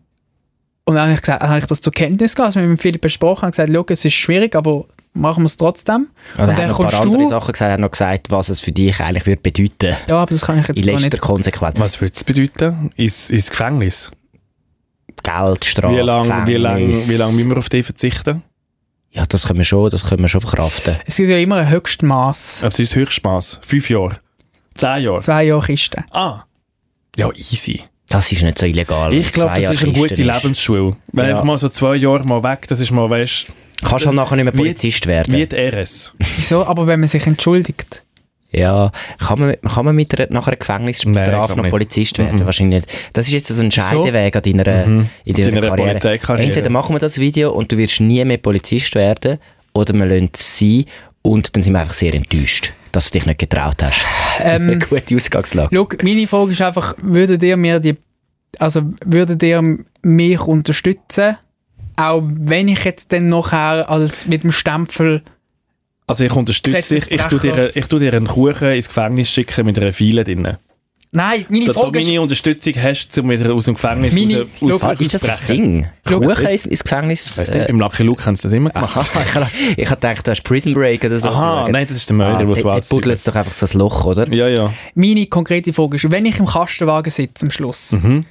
S1: und dann habe ich, gesagt, dann habe ich das zur Kenntnis genommen, also mit Philipp besprochen und gesagt, schau, es ist schwierig, aber machen wir es trotzdem.
S3: Und,
S1: dann
S3: er hat Also noch ein paar
S1: kommst
S3: andere
S1: du-
S3: Sachen gesagt, er hat noch gesagt, was es für dich eigentlich würde bedeuten.
S1: Ja, aber das kann ich jetzt
S3: In
S1: gar
S3: letzter
S1: nicht.
S3: Konsequenz.
S2: Was würde es bedeuten? Ins, ins Gefängnis?
S3: Geld, Strafe,
S2: Wie lange wie lang,
S3: Gefängnis.
S2: wie lang müssen wir auf dich verzichten?
S3: Ja, das können wir schon, das können wir schon verkraften.
S1: Es gibt ja immer ein Höchstmaß.
S2: Das Also, ist Höchstmaß. Fünf Jahre? Zehn Jahre?
S1: Zwei Jahre Kisten.
S2: Ah! Ja, easy.
S3: Das ist nicht so illegal. wenn
S2: Ich glaube,
S3: Also zwei
S2: das
S3: Jahre
S2: ist eine gute
S3: Kisten ist.
S2: Lebensschule. Wenn
S3: Ja.
S2: einfach mal so zwei Jahre mal weg, das ist mal, weißt
S3: Kannst halt nachher nicht mehr
S2: Wie-
S3: Polizist werden.
S2: wie die RS.
S1: Wieso? Aber wenn man sich entschuldigt.
S3: Ja, kann man, kann man mit einer, nach
S2: Nein,
S3: einer
S2: ich
S3: Gefängnisstrafe
S2: glaub
S3: noch
S2: nicht. Mhm.
S3: Polizist werden? Wahrscheinlich nicht. Das ist jetzt so ein Scheideweg an deiner, in deiner,
S2: Deiner
S3: Karriere.
S2: Polizeikarriere.
S3: Entweder machen wir das Video und du wirst nie mehr Polizist werden oder wir lassen es sein und dann sind wir einfach sehr enttäuscht, dass du dich nicht getraut hast. eine
S1: Ähm,
S3: gute Ausgangslage.
S1: schau, meine Frage ist einfach, würdet ihr mir die, also würdet ihr mich unterstützen, auch wenn ich jetzt dann nachher als mit dem Stempel
S2: Also ich unterstütze dich, ich tue, dir, ich tue dir einen Kuchen ins Gefängnis schicken mit einer Fiele drin.
S1: Nein, meine
S2: dass du
S1: Frage ist...
S2: meine Unterstützung hast, um wieder aus dem Gefängnis
S1: Meine-
S2: raus, aus,
S1: Schau,
S3: Ah, ist das das Ding?
S1: Schau,
S3: Kuchen ins,
S1: es-
S3: ins Gefängnis?
S2: Weißt du, beim Lucky Luke haben sie das immer gemacht.
S3: Aha, ich habe gedacht, du hast Prison Break oder so.
S2: Aha, nein, das ist der Mörder,
S3: Ah,
S2: der es
S3: der- der
S2: war.
S3: buddelt doch einfach so ein Loch, oder?
S2: Ja, ja.
S1: Meine konkrete Frage ist, wenn ich im Kastenwagen sitze am Schluss,
S2: Mhm.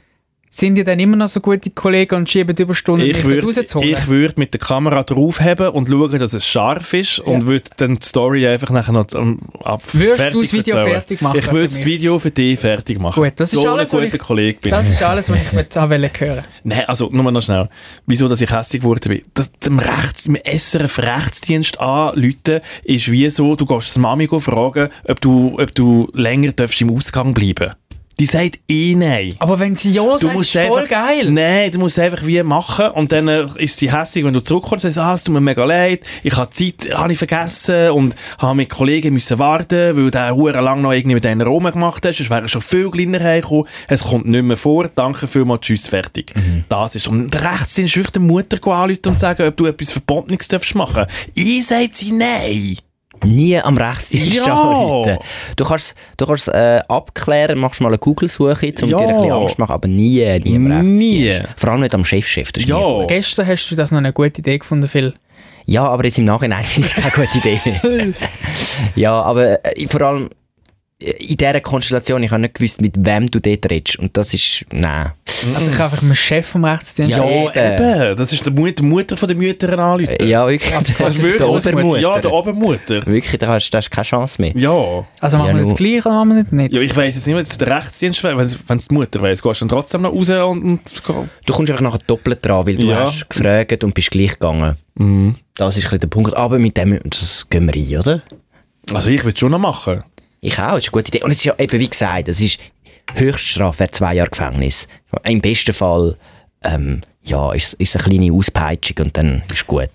S1: sind die dann immer noch so gute Kollegen und schieben die Überstunden,
S2: Ich
S1: mich dort
S2: würde
S1: rauszuholen?
S2: ich würd mit der Kamera draufheben und schauen, dass es scharf ist und würde dann die Story einfach nachher noch ähm, ab
S1: Würdest
S2: fertig
S1: du das Video
S2: erzählen.
S1: fertig machen
S2: Ich würde
S1: für
S2: das
S1: mich?
S2: Video für dich fertig machen.
S1: Gut, das ist
S2: so
S1: alles,
S2: ein
S1: was
S2: guter
S1: ich-
S2: Kollege bin.
S1: das ist alles, was ich mit hören wollte.
S2: Nein, also nur mal noch schnell. Wieso, dass ich hässlich geworden bin? Das, dem Rechts, im SRF Rechtsdienst anrufen ist wie so, du gehst die Mami fragen, ob du, ob du länger darfst im Ausgang bleiben Die sagt eh nein.
S1: Aber wenn sie ja
S2: Du
S1: sagt, ist
S2: musst
S1: es voll
S2: einfach,
S1: geil.
S2: Nein, du musst es einfach wie machen und dann äh, ist sie hässlich, wenn du zurückkommst und sagst, ah, es tut mir mega leid, ich habe Zeit, habe ich vergessen und habe mit Kollegen müssen warten, weil der hure lang noch irgendwie mit denen Rum gemacht Dus hast, sonst wäre schon viel kleiner hergekommen. Es kommt nicht mehr vor, danke vielmals, tschüss, fertig. Das ist, und rechts sind wirklich der Mutter anrufen und sagen, ob du etwas Verbotenes darfst machen. Ich sage sie nein.
S3: Nie am Rechtsdienst
S2: Ja.
S3: anrufen. Du kannst du kannst, äh, abklären, machst mal eine Google-Suche, um
S2: Ja.
S3: dir ein bisschen Angst zu machen, aber nie, nie am
S2: Nie.
S3: Rechtsdienst. Vor allem nicht am Chefchef. das ist nie
S2: Ja.
S3: gut.
S1: Gestern hast du das noch eine gute Idee gefunden, Phil.
S2: Mhm.
S3: Ja, aber jetzt im Nachhinein ist es keine gute Idee mehr. ja, aber äh, vor allem äh, in dieser Konstellation, ich habe nicht gewusst, mit wem du dort redest. Und das ist, nein.
S1: Also ich kann einfach meinen Chef vom Rechtsdienst...
S3: Ja,
S2: Oh,
S3: eben.
S2: eben. Das ist die Mut- Mutter von den Müttern anrufen.
S3: Ja, wirklich.
S1: quasi
S3: der,
S1: wirklich,
S3: Obermutter.
S2: Ja, der Obermutter.
S3: wirklich, da hast, da hast du keine Chance mehr.
S2: Ja.
S1: Also machen
S3: Ja,
S1: wir es
S3: nur-
S1: jetzt gleich oder machen wir es jetzt nicht?
S2: Ja, ich weiss jetzt nicht, wenn es der Rechtsdienst wäre, wenn es die Mutter weiss, gehst du dann trotzdem noch raus und... und
S3: Du kommst einfach nachher doppelt dran, weil du
S2: Ja. Mhm.
S3: hast gefragt und bist gleich gegangen. Das ist ein bisschen der Punkt. Aber mit dem, das gehen wir rein, oder?
S2: also ich würde schon noch machen.
S3: Ich auch, das ist eine gute Idee. Und es ist ja eben, wie gesagt, es ist Höchststrafe wäre zwei Jahre Gefängnis. Im besten Fall, ähm, ja, ist, ist eine kleine Auspeitschung und dann ist gut.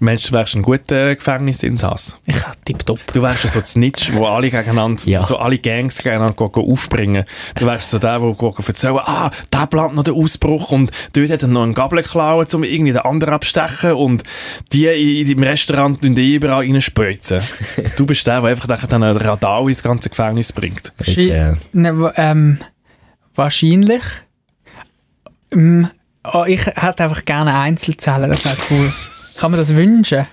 S2: Mensch, du wärst ein guter Gefängnisinsass.
S1: Ich habe tipptopp.
S2: Du wärst ja so das Snitch, wo alle gegeneinander,
S3: Ja.
S2: so alle Gangs gegeneinander go- go aufbringen. Du wärst so der, der go- go erzählen ah, der plant noch den Ausbruch und dort hat er noch einen Gabel geklaut, um irgendwie den anderen abstechen und die in, in dem Restaurant tun die überall reinspözen. du bist der, der einfach nachher dann einen Radau ins ganze Gefängnis bringt.
S3: Ich, äh,
S1: Ne, wa- ähm, wahrscheinlich. Ähm, oh, ich hätte einfach gerne Einzelzellen, das wäre cool. Kann man das wünschen?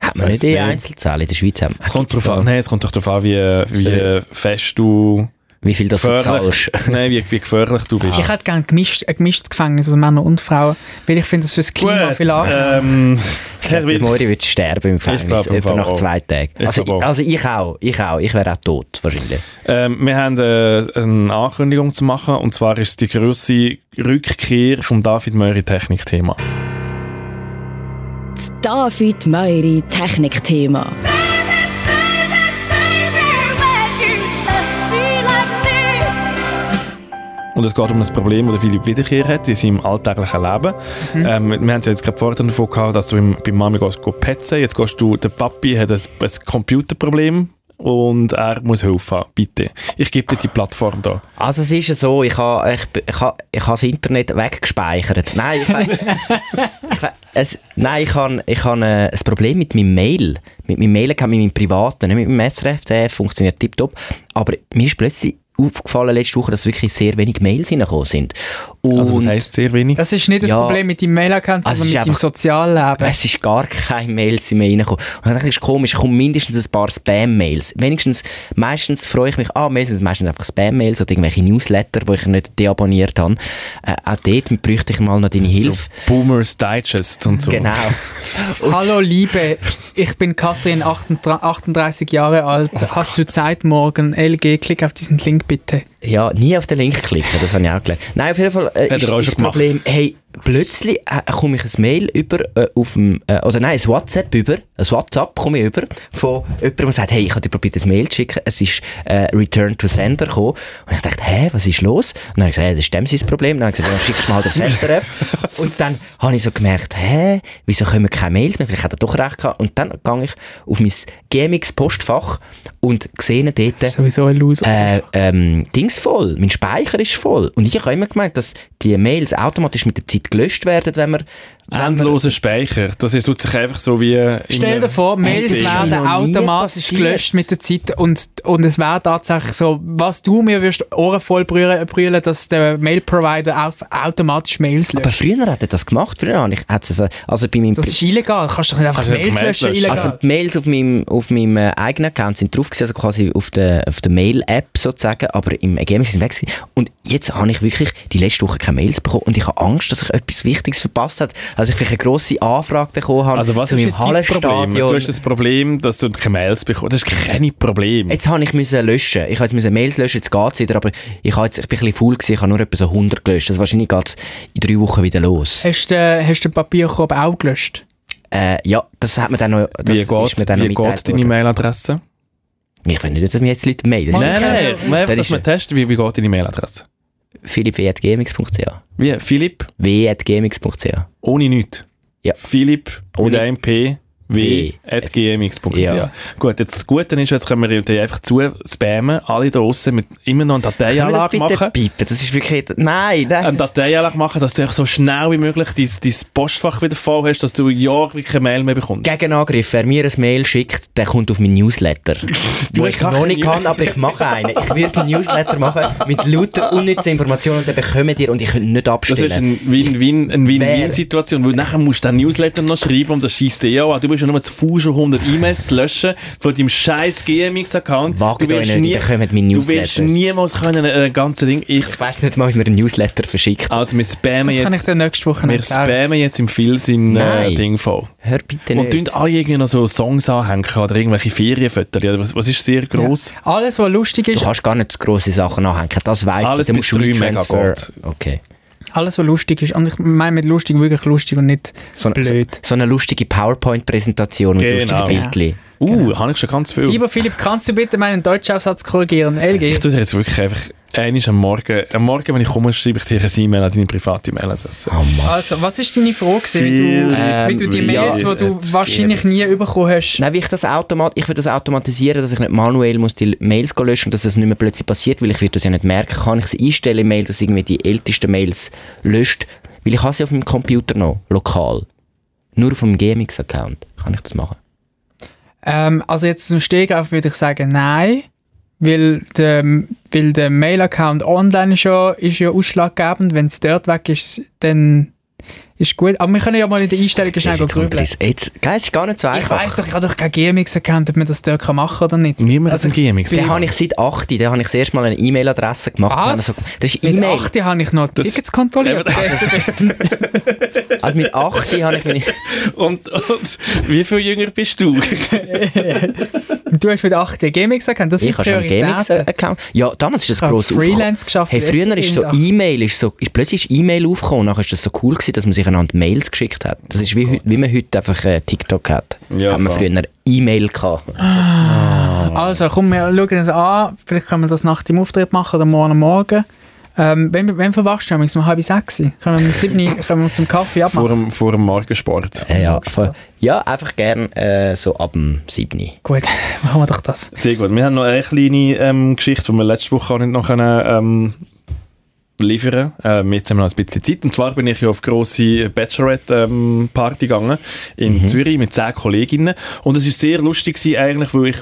S3: Hat man
S2: Weiss
S3: nicht die
S2: nicht.
S3: Einzelzahl in der Schweiz? haben-
S2: Es kommt drauf an, nein, es kommt doch darauf an, wie, wie fest du
S3: Wie viel das du
S2: gefährlich,
S3: zahlst.
S2: nein, wie, wie gefährlich du bist.
S1: Ich hätte gerne gemischt, ein gemischtes Gefängnis von Männern und Frauen, weil ich finde das fürs Klima viel angenehmer.
S2: ähm, Herr
S3: Der
S2: Witt,
S3: Mori wird sterben im Gefängnis,
S2: glaub im
S3: etwa
S2: Fall
S3: nach
S2: auch.
S3: zwei Tagen.
S2: Ich
S3: also,
S2: glaub auch.
S3: also ich auch, ich auch. Ich wäre auch tot, wahrscheinlich.
S2: ähm, wir haben äh, eine Ankündigung zu machen und zwar ist es die grosse Rückkehr vom David Möri Technikthema.
S5: Das David Meuri Technikthema.
S2: Und es geht um ein Problem, das der Philipp Wiederkehr hat in seinem alltäglichen Leben. Ähm, wir haben es ja jetzt gerade vorhin davon gehabt, dass du im, bei Mami gehst, go petzen. Jetzt gehst du, der Papi hat ein, ein Computerproblem und er muss Hilfe haben. Bitte. Ich gebe dir die Plattform da.
S3: Also es ist ja so, ich habe ich, bin- ich ha, ich ha das Internet weggespeichert. Nein, ich, we- ich, we- es, nein, ich habe ich han, äh, ein Problem mit meinem Mail. Mit meinem Mail kann mit meinem privaten, nicht mit meinem SRF, der funktioniert tiptop. Aber mir ist plötzlich aufgefallen letzte Woche, dass wirklich sehr wenig Mails hineingekommen sind. Und
S2: Also was heisst sehr wenig?
S1: Das ist nicht das
S3: Ja.
S1: Problem mit deinem Mail-Account,
S3: Also es
S1: sondern
S3: ist
S1: mit deinem
S3: einfach-
S1: Sozialleben.
S3: es ist gar keine Mails mehr reingekommen. Und dann dachte ich, ist komisch, kommen mindestens ein paar Spam-Mails. Wenigstens, meistens freue ich mich, ah, Mails sind meistens einfach Spam-Mails oder irgendwelche Newsletter, die ich nicht deabonniert habe. Äh, auch dort bräuchte ich mal noch deine
S2: So
S3: Hilfe.
S2: Boomers Digest und so.
S3: Genau.
S1: Hallo Liebe, ich bin Katrin, 38 38 Jahre alt.
S3: Oh
S1: Hast du Zeit morgen? LG, klick auf diesen Link bitte.
S3: Ja, nie auf den Link klicken, das habe ich auch gelernt. Nein, auf jeden Fall äh,
S2: er
S3: ist,
S2: auch schon
S3: ist das
S2: gemacht.
S3: Problem, hey, plötzlich äh, komme ich ein Mail über, äh, auf dem, äh, oder nein, ein WhatsApp über, ein WhatsApp komme ich über, von jemandem, der sagt, hey, ich habe dir probiert, ein Mail zu schicken, es ist äh, Return to Sender gekommen. Und ich dachte, hä, was ist los? Und dann habe ich gesagt, hey, das ist dem sein Problem. Dann habe ich gesagt, dann schickst du mal das SRF. Und dann habe ich so gemerkt, hä, wieso kommen keine Mails mehr? Vielleicht hat er doch recht gehabt. Und dann gehe ich auf mein GMX-Postfach und sehe dort...
S1: Sowieso ein Loser.
S3: Äh, ähm, Ding Dings voll, mein Speicher ist voll. Und ich habe immer gemeint, dass die Mails automatisch mit der Zeit gelöscht werden, wenn man...
S2: Endloser Speicher. Das ist, tut sich einfach so wie... in
S1: Stell dir
S2: einer-
S1: vor, Mails
S2: ist
S1: werden
S3: noch nie
S1: automatisch
S3: passiert.
S1: gelöscht mit der Zeit und, und es wäre tatsächlich so, was du mir würdest Ohren voll brüllen, brüllen dass der Mail-Provider auf automatisch Mails löscht.
S3: Aber früher hat er das gemacht, früher habe ich... hat's Also, also bei meinem...
S1: das ist illegal, kannst doch nicht einfach
S2: Kannst du nicht
S1: Mails
S2: Mails
S1: löschen,
S2: löschen.
S1: illegal.
S3: Also die Mails auf meinem, auf meinem äh, eigenen Account sind drauf gewesen, also quasi auf der, auf der Mail-App sozusagen, aber im Ergebnis sind sie weg gewesen. Und jetzt habe ich wirklich die letzte Woche keine Mails bekommen und ich habe Angst, dass ich etwas Wichtiges verpasst habe. Also ich vielleicht eine grosse Anfrage bekommen habe
S2: Also was
S3: zu
S2: ist
S3: meinem
S2: jetzt dein Problem? Du hast das Problem, dass du keine Mails bekommst. Das ist kein Problem.
S3: Jetzt habe ich müssen löschen. Ich habe jetzt müssen Mails löschen, jetzt geht es wieder, aber ich, habe jetzt, ich bin ein bisschen faul gewesen, ich habe nur etwa so 100 gelöscht. Also wahrscheinlich geht es in drei Wochen wieder los.
S1: Hast du äh, hast du den Papierkorb auch gelöscht?
S3: Äh, ja, das hat mir dann noch, das
S2: wie
S3: ist mir
S2: geht,
S3: dann
S2: wie
S3: noch mitgeteilt
S2: geht deine
S3: worden.
S2: Mailadresse?
S3: Ich will nicht, dass mir jetzt Leute mailen.
S2: Nein, nein,
S3: Das
S2: einfach,
S3: ist
S2: dass wir
S3: ja-
S2: testen, wie, wie geht deine Mailadresse?
S3: philipp.gmx.ch
S2: Wie? Philipp
S3: w.gmx.ch.
S2: ohne nichts.
S3: Ja.
S2: Philipp ohne
S3: Ohne-
S2: einem P. W.
S3: W.
S2: at gmx.ch.
S3: Ja.
S2: Gut, jetzt das Gute ist, jetzt können wir die einfach zu spammen, alle da draussen, mit immer noch eine
S3: Können wir das
S2: Dateianlage
S3: bitte
S2: machen. Ähm,
S3: piepen? Das ist wirklich... Nein, nein.
S2: eine Dateianlage machen, dass du einfach so schnell wie möglich dein, dein Postfach wieder voll hast, dass du Jahre keine Mail mehr bekommst.
S3: Gegenangriff, wer mir ein Mail schickt, der kommt auf meinen Newsletter. Wo
S2: hast
S3: ich
S2: gar
S3: noch
S2: keinen
S3: nicht kann, aber ich mache einen. Ich werde einen Newsletter machen mit lauter unnützen Informationen und den bekommt ihr und ich könnte nicht
S2: Das ist
S3: abstellen.
S2: ein Win-Win- eine
S3: Wer-
S2: Win-Win-Situation, weil nachher musst du den Newsletter noch schreiben und das schießt eh auch an. Du bist ja nur zu faul, schon 100 E-Mails zu löschen von deinem scheiß GMX-Account.
S3: Wagt
S2: Du
S3: euch
S2: wirst
S3: nicht,
S2: nie-
S3: ihr bekommt meinen
S2: Du wirst
S3: Newsletter.
S2: niemals können, äh, ganze Ding. Ich,
S3: Ich weiss nicht mal, ob mir ein Newsletter verschickt.
S2: also wir spammen
S1: Das kann ich
S2: jetzt,
S1: dir nächste Woche
S2: wir
S1: erklären.
S2: spammen jetzt im Vielsinn äh,
S3: Nein.
S2: Ding voll.
S3: Hör bitte
S2: Und
S3: nicht.
S2: tun alle irgendwie noch so Songs anhängen oder irgendwelche Ferienfotos. Ja, was, was ist sehr gross?
S1: Ja. Alles, was lustig
S3: du
S1: ist,
S3: kannst gar nicht zu grosse Sachen anhängen. Das weiss ich.
S2: Alles
S3: Da
S2: bis
S3: musst du
S2: drei
S3: Retransfer.
S2: Megabyte.
S3: Okay.
S1: alles, was lustig ist, und ich meine mit lustig wirklich lustig und nicht
S3: So, eine- so,
S1: blöd.
S3: so eine lustige PowerPoint-Präsentation mit
S2: Genau.
S3: lustigen Bildchen.
S2: Uh,
S1: Genau.
S2: habe ich schon ganz viel.
S1: Lieber Philipp, kannst du bitte meinen Deutschaufsatz korrigieren?
S2: Ich
S1: LG.
S2: tue dir jetzt wirklich einfach, einmal am Morgen, am Morgen, wenn ich komme, schreibe ich dir eine E-Mail an deine private E-Mail-Adresse.
S1: Also, was ist deine Frage, gewesen, wie
S2: Viel,
S1: du,
S2: ähm,
S1: wie du die
S2: ja,
S1: Mails, die
S2: jetzt
S1: du wahrscheinlich
S2: geht's.
S1: nie bekommen hast?
S3: Nein, wie ich, das automat ich will das automatisieren, dass ich nicht manuell muss die Mails gehen löschen und dass es das nicht mehr plötzlich passiert, weil ich würde das ja nicht merken. Kann ich es einstellen, im Mail, dass irgendwie die ältesten Mails löscht? Weil ich habe sie auf meinem Computer noch, lokal. Nur auf dem GMX-Account kann ich das machen.
S1: Ähm, also jetzt aus dem Stegreif würde ich sagen, nein. Weil der, weil der Mail-Account online ist ja, ist ja ausschlaggebend. Wenn es dort weg ist, dann ist gut. Aber wir können ja mal in der Einstellung schnell
S3: Siehst du, jetzt kommt
S1: grübeln.
S3: das- jetzt, Geil, es ist gar nicht so
S1: Ich
S3: einfach.
S1: weiss doch, ich habe doch keinen GMX-Account, ob man das dort kann machen oder nicht. Also
S2: Niemand hat einen GMX.
S3: Den habe ich seit 8. Da habe ich das erste Mal eine E-Mail-Adresse gemacht. Das haben wir
S1: Was?
S3: so- Das ist
S1: Mit
S3: E-Mail.
S1: 8 habe ich noch Tickets kontrolliert.
S3: Also mit 8 habe ich meine...
S2: Und, und wie viel jünger bist du?
S1: Und du hast mit 8 einen GMX-Account. Das
S3: Ich
S1: sind
S3: habe schon einen
S1: Prioritäten.
S3: GMX-Account. Ja, damals ist das
S1: Ich habe
S3: gross
S1: Freelance geschafft,
S3: Hey, früher ist so
S1: Westkind, ach.
S3: E-Mail, ist so, ist plötzlich ist E-Mail aufgekommen und nachher ist das so cool gewesen, dass man sich einander Mails geschickt hat. Das ist wie, heut- wie man heute einfach äh, TikTok hat.
S2: Ja,
S3: hat man
S2: voll.
S3: früher E-Mail gehabt.
S1: Also, komm, wir schauen das an. Vielleicht können wir das nach dem Auftritt machen oder morgen Morgen. Ähm, wenn, wenn verwachst du? Am um halb sechs? Können wir um sieben Uhr- können wir zum Kaffee
S2: vor,
S1: abmachen?
S2: dem, vor dem Morgensport.
S3: Äh, ja, voll. ja, einfach gern äh, so ab dem 7.
S1: Gut, machen wir doch das.
S2: Sehr gut. Wir haben noch eine kleine ähm, Geschichte, die wir letzte Woche auch nicht noch können, ähm, liefern ähm, Jetzt haben wir noch ein bisschen Zeit. Und zwar bin ich ja auf grosse Bachelorette-Party gegangen in
S1: Mhm.
S2: Zürich mit zehn Kolleginnen. Und es war sehr lustig, gewesen, eigentlich, weil ich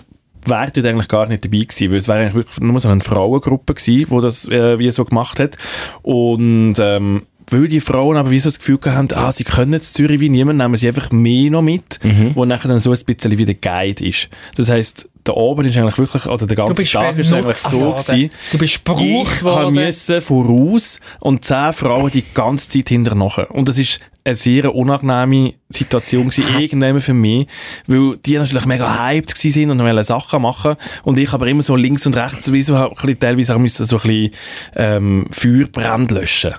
S2: wäre dort eigentlich gar nicht dabei gewesen, weil es wäre eigentlich wirklich nur so eine Frauengruppe gewesen, die das äh, wie so gemacht hat. Und ähm, weil die Frauen aber wie so das Gefühl gehabt haben, ah, sie können jetzt Zürich wie niemand, nehmen sie einfach mehr noch mit,
S1: Mhm.
S2: wo nachher dann so ein bisschen wie der Guide ist. Das heisst, der Abend ist eigentlich wirklich, oder der ganze Tag ist eigentlich
S1: benutzt
S2: so gewesen,
S1: Du bist gebraucht
S2: ich habe
S1: worden.
S2: müssen voraus und zehn Frauen die ganze Zeit hinterher. Und das ist eine sehr unangenehme Situation gewesen, irgendwann für mich, weil die natürlich mega hyped gewesen sind und wollen Sachen machen und ich aber immer so links und rechts wie so, ein bisschen- teilweise auch müssen so ein bisschen ähm, Feuerbrand löschen.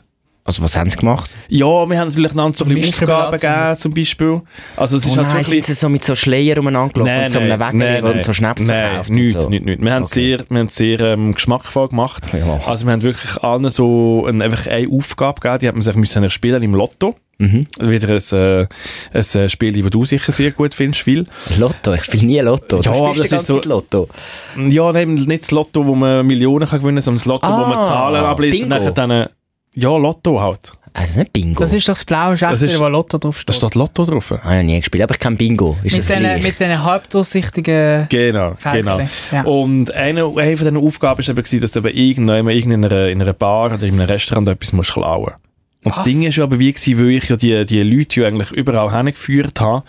S3: Also was haben sie gemacht?
S2: Ja, wir haben natürlich einander so ein bisschen
S1: Mistgabel
S2: Aufgaben
S1: anzünden.
S2: gegeben, zum Beispiel. Also es
S3: Oh
S2: ist halt
S3: nein,
S2: so ein
S3: sind sie
S2: bisschen...
S3: so mit so Schleier umeinander gelaufen und so einem Weg und so Schnaps
S2: nein,
S3: verkauft? und
S2: nichts,
S3: so.
S2: nichts, nichts. Wir haben
S3: Okay.
S2: sehr, wir haben sehr ähm, geschmackvoll gemacht.
S3: Ja.
S2: Also wir haben wirklich allen so ein, einfach eine Aufgabe gegeben, die hat man sich müssen erspielen im Lotto.
S3: Mhm.
S2: Wieder ein, äh, ein äh, Spiel, das du sicher sehr gut findest, viel.
S3: Lotto, ich spiele nie Lotto.
S2: Ja,
S3: du
S2: aber das
S3: spielst die
S2: ist
S3: ganze
S2: so-
S3: Zeit Lotto.
S2: Ja, nein, nicht das Lotto, wo man Millionen kann gewinnen kann, sondern das Lotto, wo
S3: Ah,
S2: man Zahlen abliest und
S3: Bingo.
S2: nachher dann... äh, Ja, Lotto halt.
S3: Also nicht Bingo.
S1: Das ist doch das blaue
S2: ist-
S1: Schäfchen, wo Lotto draufsteht.
S2: Da steht Lotto drauf.
S3: habe ich noch nie gespielt, aber ich kenne Bingo. Ist das
S1: mit, den,
S3: gleich?
S1: mit den halbdurchsichtigen
S2: Genau,
S1: Fältchen.
S2: genau.
S1: Ja.
S2: Und eine, eine von diesen Aufgaben war eben, gewesen, dass du eben irgendjemand irgend in, einer, in einer Bar oder in einem Restaurant etwas musst klauen Und das
S1: Was?
S2: Ding ist ja aber wie gewesen, weil ich ja die, die Leute ja eigentlich überall hingeführt habe,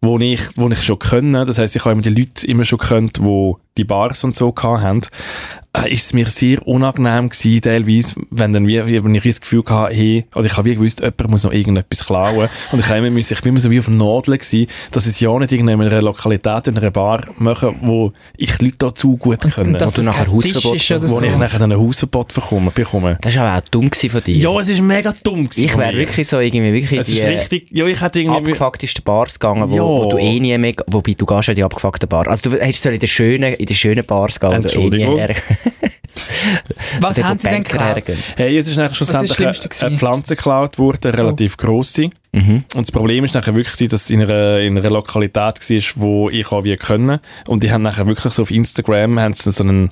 S2: wo ich, wo ich schon können. Das heisst, ich habe immer die Leute immer schon gekannt, die die Bars und so gehabt haben. Äh, ist es mir sehr unangenehm gewesen, teilweise, wenn dann wie, wie, wenn ich das Gefühl hatte, hey, oder ich habe wie gewusst, jemand muss noch irgendetwas klauen. Und ich, habe immer, müssen- ich bin immer so wie auf Nadeln gewesen, dass ich es ja nicht in einer Lokalität, in einer Bar machen, wo ich die Leute da zu gut können.
S1: Und dass
S3: Wo du
S1: es
S3: nachher
S1: kein Tisch
S3: Hausverbot
S1: ist oder
S2: wo
S1: so.
S2: ich nachher dann ein Hausverbot bekomme, bekomme.
S3: das war aber auch dumm gewesen von dir.
S2: Ja, es ist mega dumm gewesen
S3: ich
S2: von
S3: wäre
S2: mir.
S3: wirklich so irgendwie wirklich
S2: Es
S3: die äh,
S2: ist richtig, ja, ich hätte irgendwie...
S3: abgefucktesten Bars gegangen, wo,
S2: Ja.
S3: wo du eh nie mehr, wobei du gehst ja in die abgefuckten Bars. Also du hättest sollen in den schönen, in den schönen Bars gehen. wo du
S2: Entschuldigung.
S3: Eh nie her-
S1: Was
S3: dort, wo
S1: haben sie denn
S3: Banker
S1: geklaut?
S3: hergehen.
S2: Hey, jetzt ist nachher
S1: ist das
S2: schlussendlich
S1: Schlimmste
S2: eine, eine
S1: gewesen? Oh.
S2: Pflanze geklaut worden, eine relativ grosse.
S3: Mhm.
S2: Und das Problem ist nachher wirklich, dass es in einer, in einer Lokalität war, wo ich auch wie können. Und die haben nachher wirklich so auf Instagram haben sie so einen,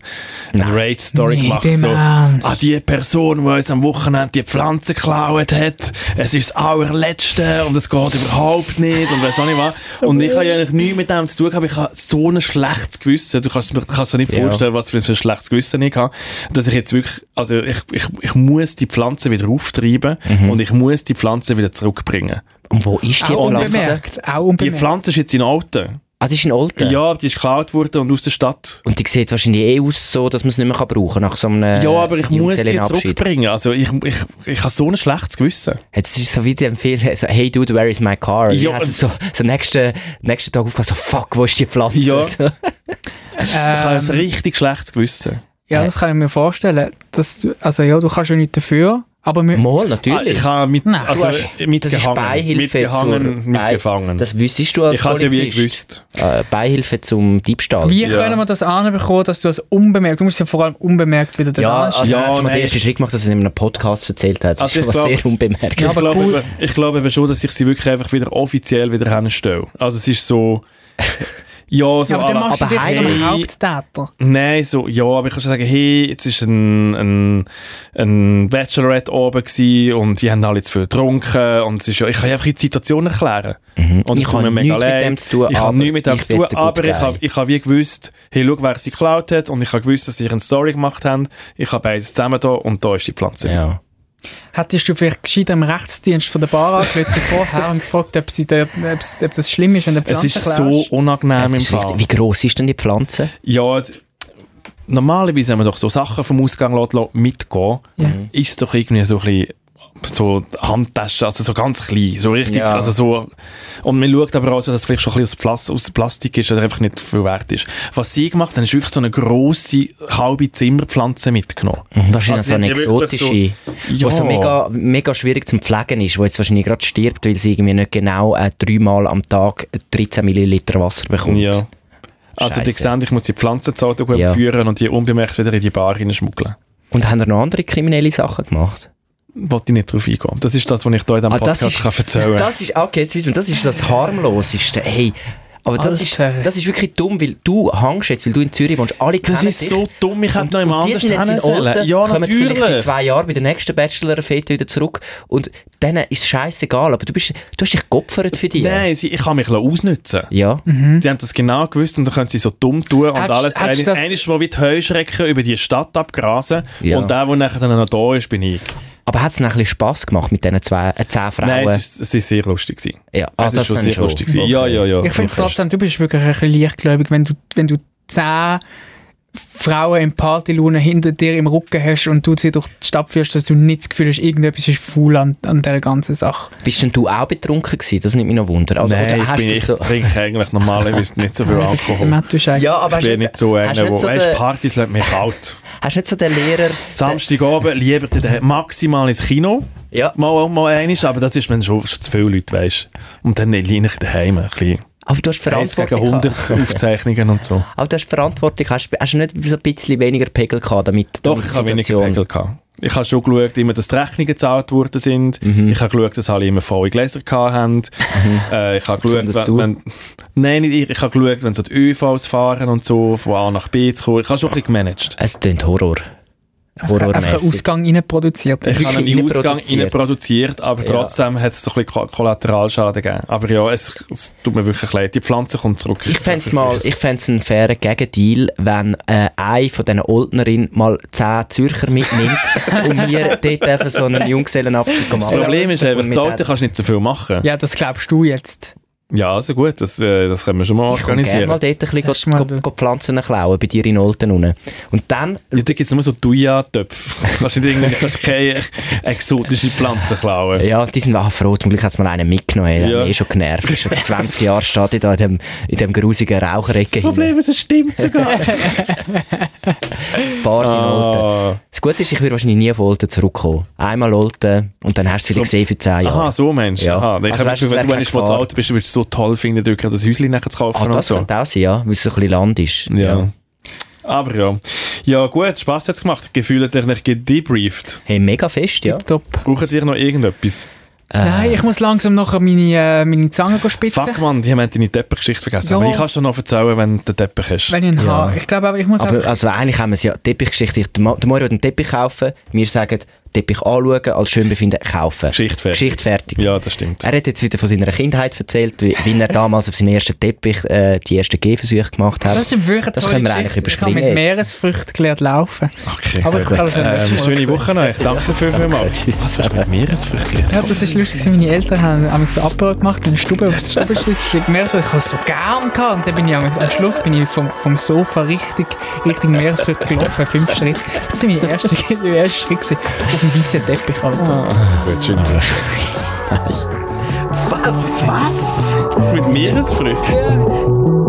S2: eine Rage-Story
S1: Nee,
S2: gemacht.
S1: dem
S2: So,
S1: Ernst.
S2: ah, die Person, die uns am Wochenende die Pflanze geklaut hat, es ist das allerletzte und es geht überhaupt nicht und weiss auch nicht was. und ich habe ja eigentlich nichts mit dem zu tun gehabt. Ich habe so ein schlechtes Gewissen. Du kannst, mir- kannst dir nicht
S3: Ja.
S2: vorstellen, was für ein schlechtes Gewissen ich habe. Dass ich jetzt wirklich, also ich, ich, ich muss die Pflanze wieder auftreiben und ich muss die Pflanze wieder zurückbringen.
S3: Und wo ist die
S1: Auch
S3: Pflanze?
S1: unbemerkt. Auch
S2: Die
S1: unbemerkt.
S2: Pflanze ist jetzt in Alten.
S3: Ah, das ist ein Alter.
S2: Ja, die ist geklaut worden und aus der Stadt.
S3: Und die sieht wahrscheinlich eh aus so, dass man es nicht mehr kann brauchen kann nach so einem äh,
S2: ja, aber ich muss die
S3: Junggesellenabschied.
S2: zurückbringen. Also ich, ich, ich habe so ein schlechtes Gewissen.
S3: Jetzt ist es so wie die Empfehlung, so, hey dude, where is my car?
S2: Ja,
S3: Ja, also so, so nächsten, nächsten Tag aufgehen, so fuck, wo ist die Pflanze?
S2: Ja.
S3: So.
S2: Ich habe ein
S1: Ähm,
S2: richtig schlechtes Gewissen.
S1: ja, das kann ich mir vorstellen. Dass du, also ja, du kannst ja nichts dafür, aber wir,
S3: Mal,
S2: Ah,
S3: natürlich.
S2: ich habe mit,
S1: Nein,
S2: also,
S1: du
S3: das ist
S2: mitgehangen,
S3: Beihilfe
S2: mitgehangen,
S3: zur- Bei-
S2: mitgefangen.
S3: Das wüsstest du als
S2: ich habe es ja wie
S3: Polizist.
S2: gewusst.
S3: Äh, Beihilfe zum Diebstahl.
S1: wie
S2: Halt, Ja.
S1: können wir das anbekommen, dass du es unbemerkt, du musst ja vor allem unbemerkt wieder dran
S3: Ja,
S1: stellen.
S3: also
S2: Ja,
S3: ja, schon mal
S2: nein.
S3: den ersten Schritt gemacht, dass er in einem Podcast erzählt hat.
S2: Also
S3: Das ist
S2: ich
S3: schon was
S2: glaub-
S3: sehr unbemerkt.
S2: ich, glaube, eben- ich glaube eben schon, dass ich sie wirklich einfach wieder offiziell wieder hinstelle. Also es ist so... Ja, so
S1: ja, aber
S2: à
S1: dann
S2: la-
S1: machst du
S3: aber
S1: dich
S2: hey.
S1: zum Haupttäter.
S2: Nein, so, ja, aber ich kann schon sagen, hey, jetzt ist ein, ein, ein Bachelorette oben gewesen und die haben alle zu viel getrunken und es ist ja, ich kann ja einfach die Situation erklären. Und
S3: Mhm. Ich
S2: es tut
S3: habe
S2: mir mega
S3: nichts mit
S2: leid.
S3: dem zu tun,
S2: Ich habe
S3: aber
S2: nichts mit dem
S3: ich
S2: zu tun,
S3: bin jetzt der
S2: aber
S3: Good
S2: ich habe,
S3: Guy.
S2: ich habe wie gewusst, hey, schau, wer sie geklaut hat und ich habe gewusst, dass sie eine Story gemacht haben. Ich habe beides zusammen da und da ist die Pflanze.
S3: Ja.
S1: Hättest du vielleicht gescheit am Rechtsdienst von der Bar angerufen vorher und gefragt, ob, sie der, ob's- ob das schlimm ist, wenn der
S2: Es
S1: Pflanze
S2: ist so unangenehm
S3: Es
S2: im
S3: ist richtig-
S2: Fall.
S3: wie gross ist denn die Pflanze?
S2: Ja, es, normalerweise, wenn man doch so Sachen vom Ausgang lässt, lässt mitgehen
S3: Mhm.
S2: ist es doch irgendwie so ein bisschen so Handtaschen, also so ganz klein, so richtig,
S3: Ja.
S2: also so und man schaut aber auch so, dass es vielleicht schon ein bisschen aus, Plas aus Plastik ist oder einfach nicht viel wert ist. Was sie gemacht haben, ist wirklich so eine grosse, halbe Zimmerpflanze mitgenommen.
S3: Wahrscheinlich
S2: Also
S3: so eine
S2: die wirklich
S3: exotische, die
S2: Ja.
S3: so, Mhm. mega, mega schwierig zum Pflegen ist, die jetzt wahrscheinlich gerade stirbt, weil sie irgendwie nicht genau äh, dreimal am Tag 13 Milliliter Wasser bekommt.
S2: Ja. Also die
S3: Scheisse.
S2: sehen, ich muss die Pflanze zu Auto gut
S3: Ja.
S2: führen und die unbemerkt wieder in die Bar hineinschmuggeln.
S3: Und haben da noch andere kriminelle Sachen gemacht?
S2: Wollte ich nicht drauf eingehen. Das ist das, was ich hier in diesem
S3: Ah, das
S2: Podcast
S3: ist-
S2: kann erzählen kann.
S3: Das ist, okay, jetzt wissen wir, das ist das harmloseste. Hey, aber das ist,
S1: Alter.
S3: das ist wirklich dumm, weil du hängst jetzt, weil du in Zürich wohnst, alle
S2: Das
S3: kennen
S2: ist
S3: dich.
S2: so dumm, ich hätte noch jemand
S3: die
S2: anders
S3: sind jetzt
S2: hin
S3: in Olten,
S2: sollen. Ja,
S3: kommen vielleicht in
S2: natürlich.
S3: zwei Jahren bei der nächsten Bachelor-Fete wieder zurück und denen ist scheißegal, aber du, bist, du hast dich geopfert für die.
S2: Nein, sie, ich kann mich ausnützen.
S3: Ja.
S2: Die haben das genau gewusst und dann können sie so dumm tun und
S1: Hättest-
S2: alles.
S1: hättest
S2: Eines,
S1: das-
S2: eines, wo wie die Heuschrecken über die Stadt abgrasen
S3: Ja.
S2: und der, der nachher dann noch da ist, bin ich.
S3: Aber hat es ein bisschen Spass gemacht mit diesen zwei, äh, zehn Frauen?
S2: Nein, es ist, es ist sehr lustig gewesen.
S3: ja, ah,
S2: es ist schon
S3: dann
S2: sehr lustig gewesen. Ja,
S3: Okay.
S2: ja, ja.
S1: Ich finde trotzdem, du bist wirklich ein bisschen leichtgläubig, wenn du, wenn du zehn Frauen in Partylune hinter dir im Rücken hast und du sie durch die Stadt führst, dass du nicht das Gefühl hast, irgendetwas ist faul an, an dieser ganzen Sache.
S3: Bist denn du auch betrunken gewesen? Das nimmt mich noch Wunder. Also,
S2: Nein,
S3: oder
S2: ich,
S3: hast
S2: bin,
S3: du
S2: ich
S3: so-
S2: trinke eigentlich normalerweise nicht so viel Alkohol.
S1: Matt, du bist eigentlich-
S3: aber
S2: Ich bin nicht so
S3: hast
S2: einer,
S3: du
S2: wo
S3: nicht so
S2: weißt,
S3: den,
S2: Partys lassen mich kalt.
S3: hast du nicht so den Lehrer...
S2: Samstagabend lieber den- den- maximal ins Kino.
S3: Ja.
S2: Mal, mal einiges, aber das ist wenn schon, schon zu viele Leute, weißt Und dann liege ich daheim ein bisschen.
S3: Aber du hast
S2: Eins gegen
S3: Verantwortung
S2: 100 Aufzeichnungen und so.
S3: Aber du hast Verantwortung, hast, hast du nicht so ein bisschen weniger Pegel gehabt damit?
S2: Doch,
S3: damit
S2: ich habe weniger
S3: Situation-
S2: Pegel gehabt. Ich habe schon geschaut, immer, dass die Rechnungen gezahlt worden sind.
S3: Mhm.
S2: Ich habe geschaut, dass alle immer volle Gläser gehabt haben. Äh, ich habe geschaut,
S3: Besonders
S2: wenn,
S3: du.
S2: wenn, nein, nicht ich. Ich habe geschaut, wenn so die ÖVs fahren und so, von A nach B zu kommen. Ich habe schon ein bisschen gemanagt.
S3: Es klingt Horror.
S1: einfach einen
S3: Horrormäßig.
S1: Ausgang reinproduziert.
S2: Ich habe
S3: Wirklich
S2: einen Ausgang produziert.
S3: reinproduziert.
S2: produziert, aber
S3: Ja.
S2: trotzdem hat es so ein bisschen Ko- Kollateralschaden gegeben. Aber ja, es, es tut mir wirklich leid. Die Pflanze kommt zurück.
S3: Ich fänd's mal, ich fänd's einen fairen Gegendeal, wenn äh, eine von diesen Oldnerinnen mal 10 Zürcher mitnimmt und wir dort einfach so einen Junggesellenabschied machen.
S2: das Problem ist einfach,
S3: Und mit
S2: das Auto
S3: der-
S2: kannst du nicht so viel machen. Ja,
S1: Ja, das glaubst du jetzt.
S2: also gut, das, äh, das können wir schon mal
S3: Ich komm gerne
S2: organisieren.
S3: mal dort ein
S1: Kannst du
S3: bisschen
S1: mal
S3: go-
S1: da-
S3: go- go Pflanzen klauen bei dir in Olten unten. Und dann
S2: Ja, da gibt es nur so Thuja-Töpfe. kannst nicht irgendwie, kannst keine exotische Pflanze klauen.
S3: Ja, die sind auch froh. Zum Glück hat mal einen mitgenommen. Ja.
S2: Ja.
S3: Hat mich eh schon genervt. Schon 20 Jahre steht ich da in dem, in dem grusigen Raucherecke hin.
S2: es stimmt sogar.
S3: Ein paar sind Olten.
S2: ah.
S3: Das Gute ist, ich würde wahrscheinlich nie auf Olten zurückkommen. Einmal Olten und dann hast du sie wieder gesehen für 10 Jahre.
S2: Aha, so Mensch.
S3: Ja.
S2: Aha. Ich
S3: Also
S2: habe das
S3: weißt du,
S2: Gefühl,
S3: es
S2: wenn
S3: wäre
S2: du einmal
S3: keine
S2: zu
S3: Gefahr.
S2: alt bist, du würdest es so toll finden, dir das Häuschen nachher zu kaufen
S3: Ah,
S2: und
S3: das
S2: so.
S3: könnte auch sein, ja, weil es so ein bisschen Land ist.
S2: Ja. Aber ja. Ja, gut, Spass hat's gemacht. Gefühl hat dich nicht gedebrieft.
S3: Hey, mega fest, ja. Äh,
S1: Top.
S2: Braucht ihr noch irgendetwas?
S1: Nein, ich muss langsam nachher meine, äh, meine Zange spitzen.
S2: Fuck, Mann, die haben deine Teppichgeschichte vergessen.
S1: Ja.
S2: Aber ich kann es dir noch erzählen, wenn du den Teppich hast.
S1: Wenn ich
S3: Ja.
S1: einen habe. Ich glaube aber, ich muss
S3: Aber
S1: einfach...
S3: also eigentlich haben wir es ja, Teppichgeschichte, der Ma- der Mario will einen Teppich kaufen, wir sagen, Teppich anschauen, als schön befinden, kaufen.
S2: Geschichte fertig.
S3: Geschichte fertig.
S2: Ja, das
S1: Äh,
S2: stimmt.
S3: Er hat jetzt wieder von seiner Kindheit erzählt, wie, wie er damals auf seinen ersten Teppich äh, die ersten Gehversuche gemacht hat.
S1: Das ist wirklich eine
S3: äh, das
S1: tolle
S3: können wir
S1: Geschichte.
S3: eigentlich
S1: Ich habe mit
S3: überspringen.
S1: Meeresfrüchten gelernt laufen.
S2: Okay.
S1: Aber ich kann das ja
S2: ähm,
S1: nicht
S2: schöne Woche noch. Ich danke für vielmals. Was hast du mit Meeresfrüchtchen?
S1: Ja, das ist lustig. gewesen. Meine Eltern haben einmal so Aperol gemacht in der Stube aufs Stubenschiff. Ich merke, ich habe es so gern gehabt. Und dann bin ich am am Schluss bin ich vom, vom Sofa richtig, richtig Meeresfrüchte gelaufen, fünf Schritte. Das war mein erster, mein erster Schritt gewesen. auf dem weißen Teppich. Alter.
S2: Gut, schöne Woche. Was? Was? Mit Meeresfrüchten?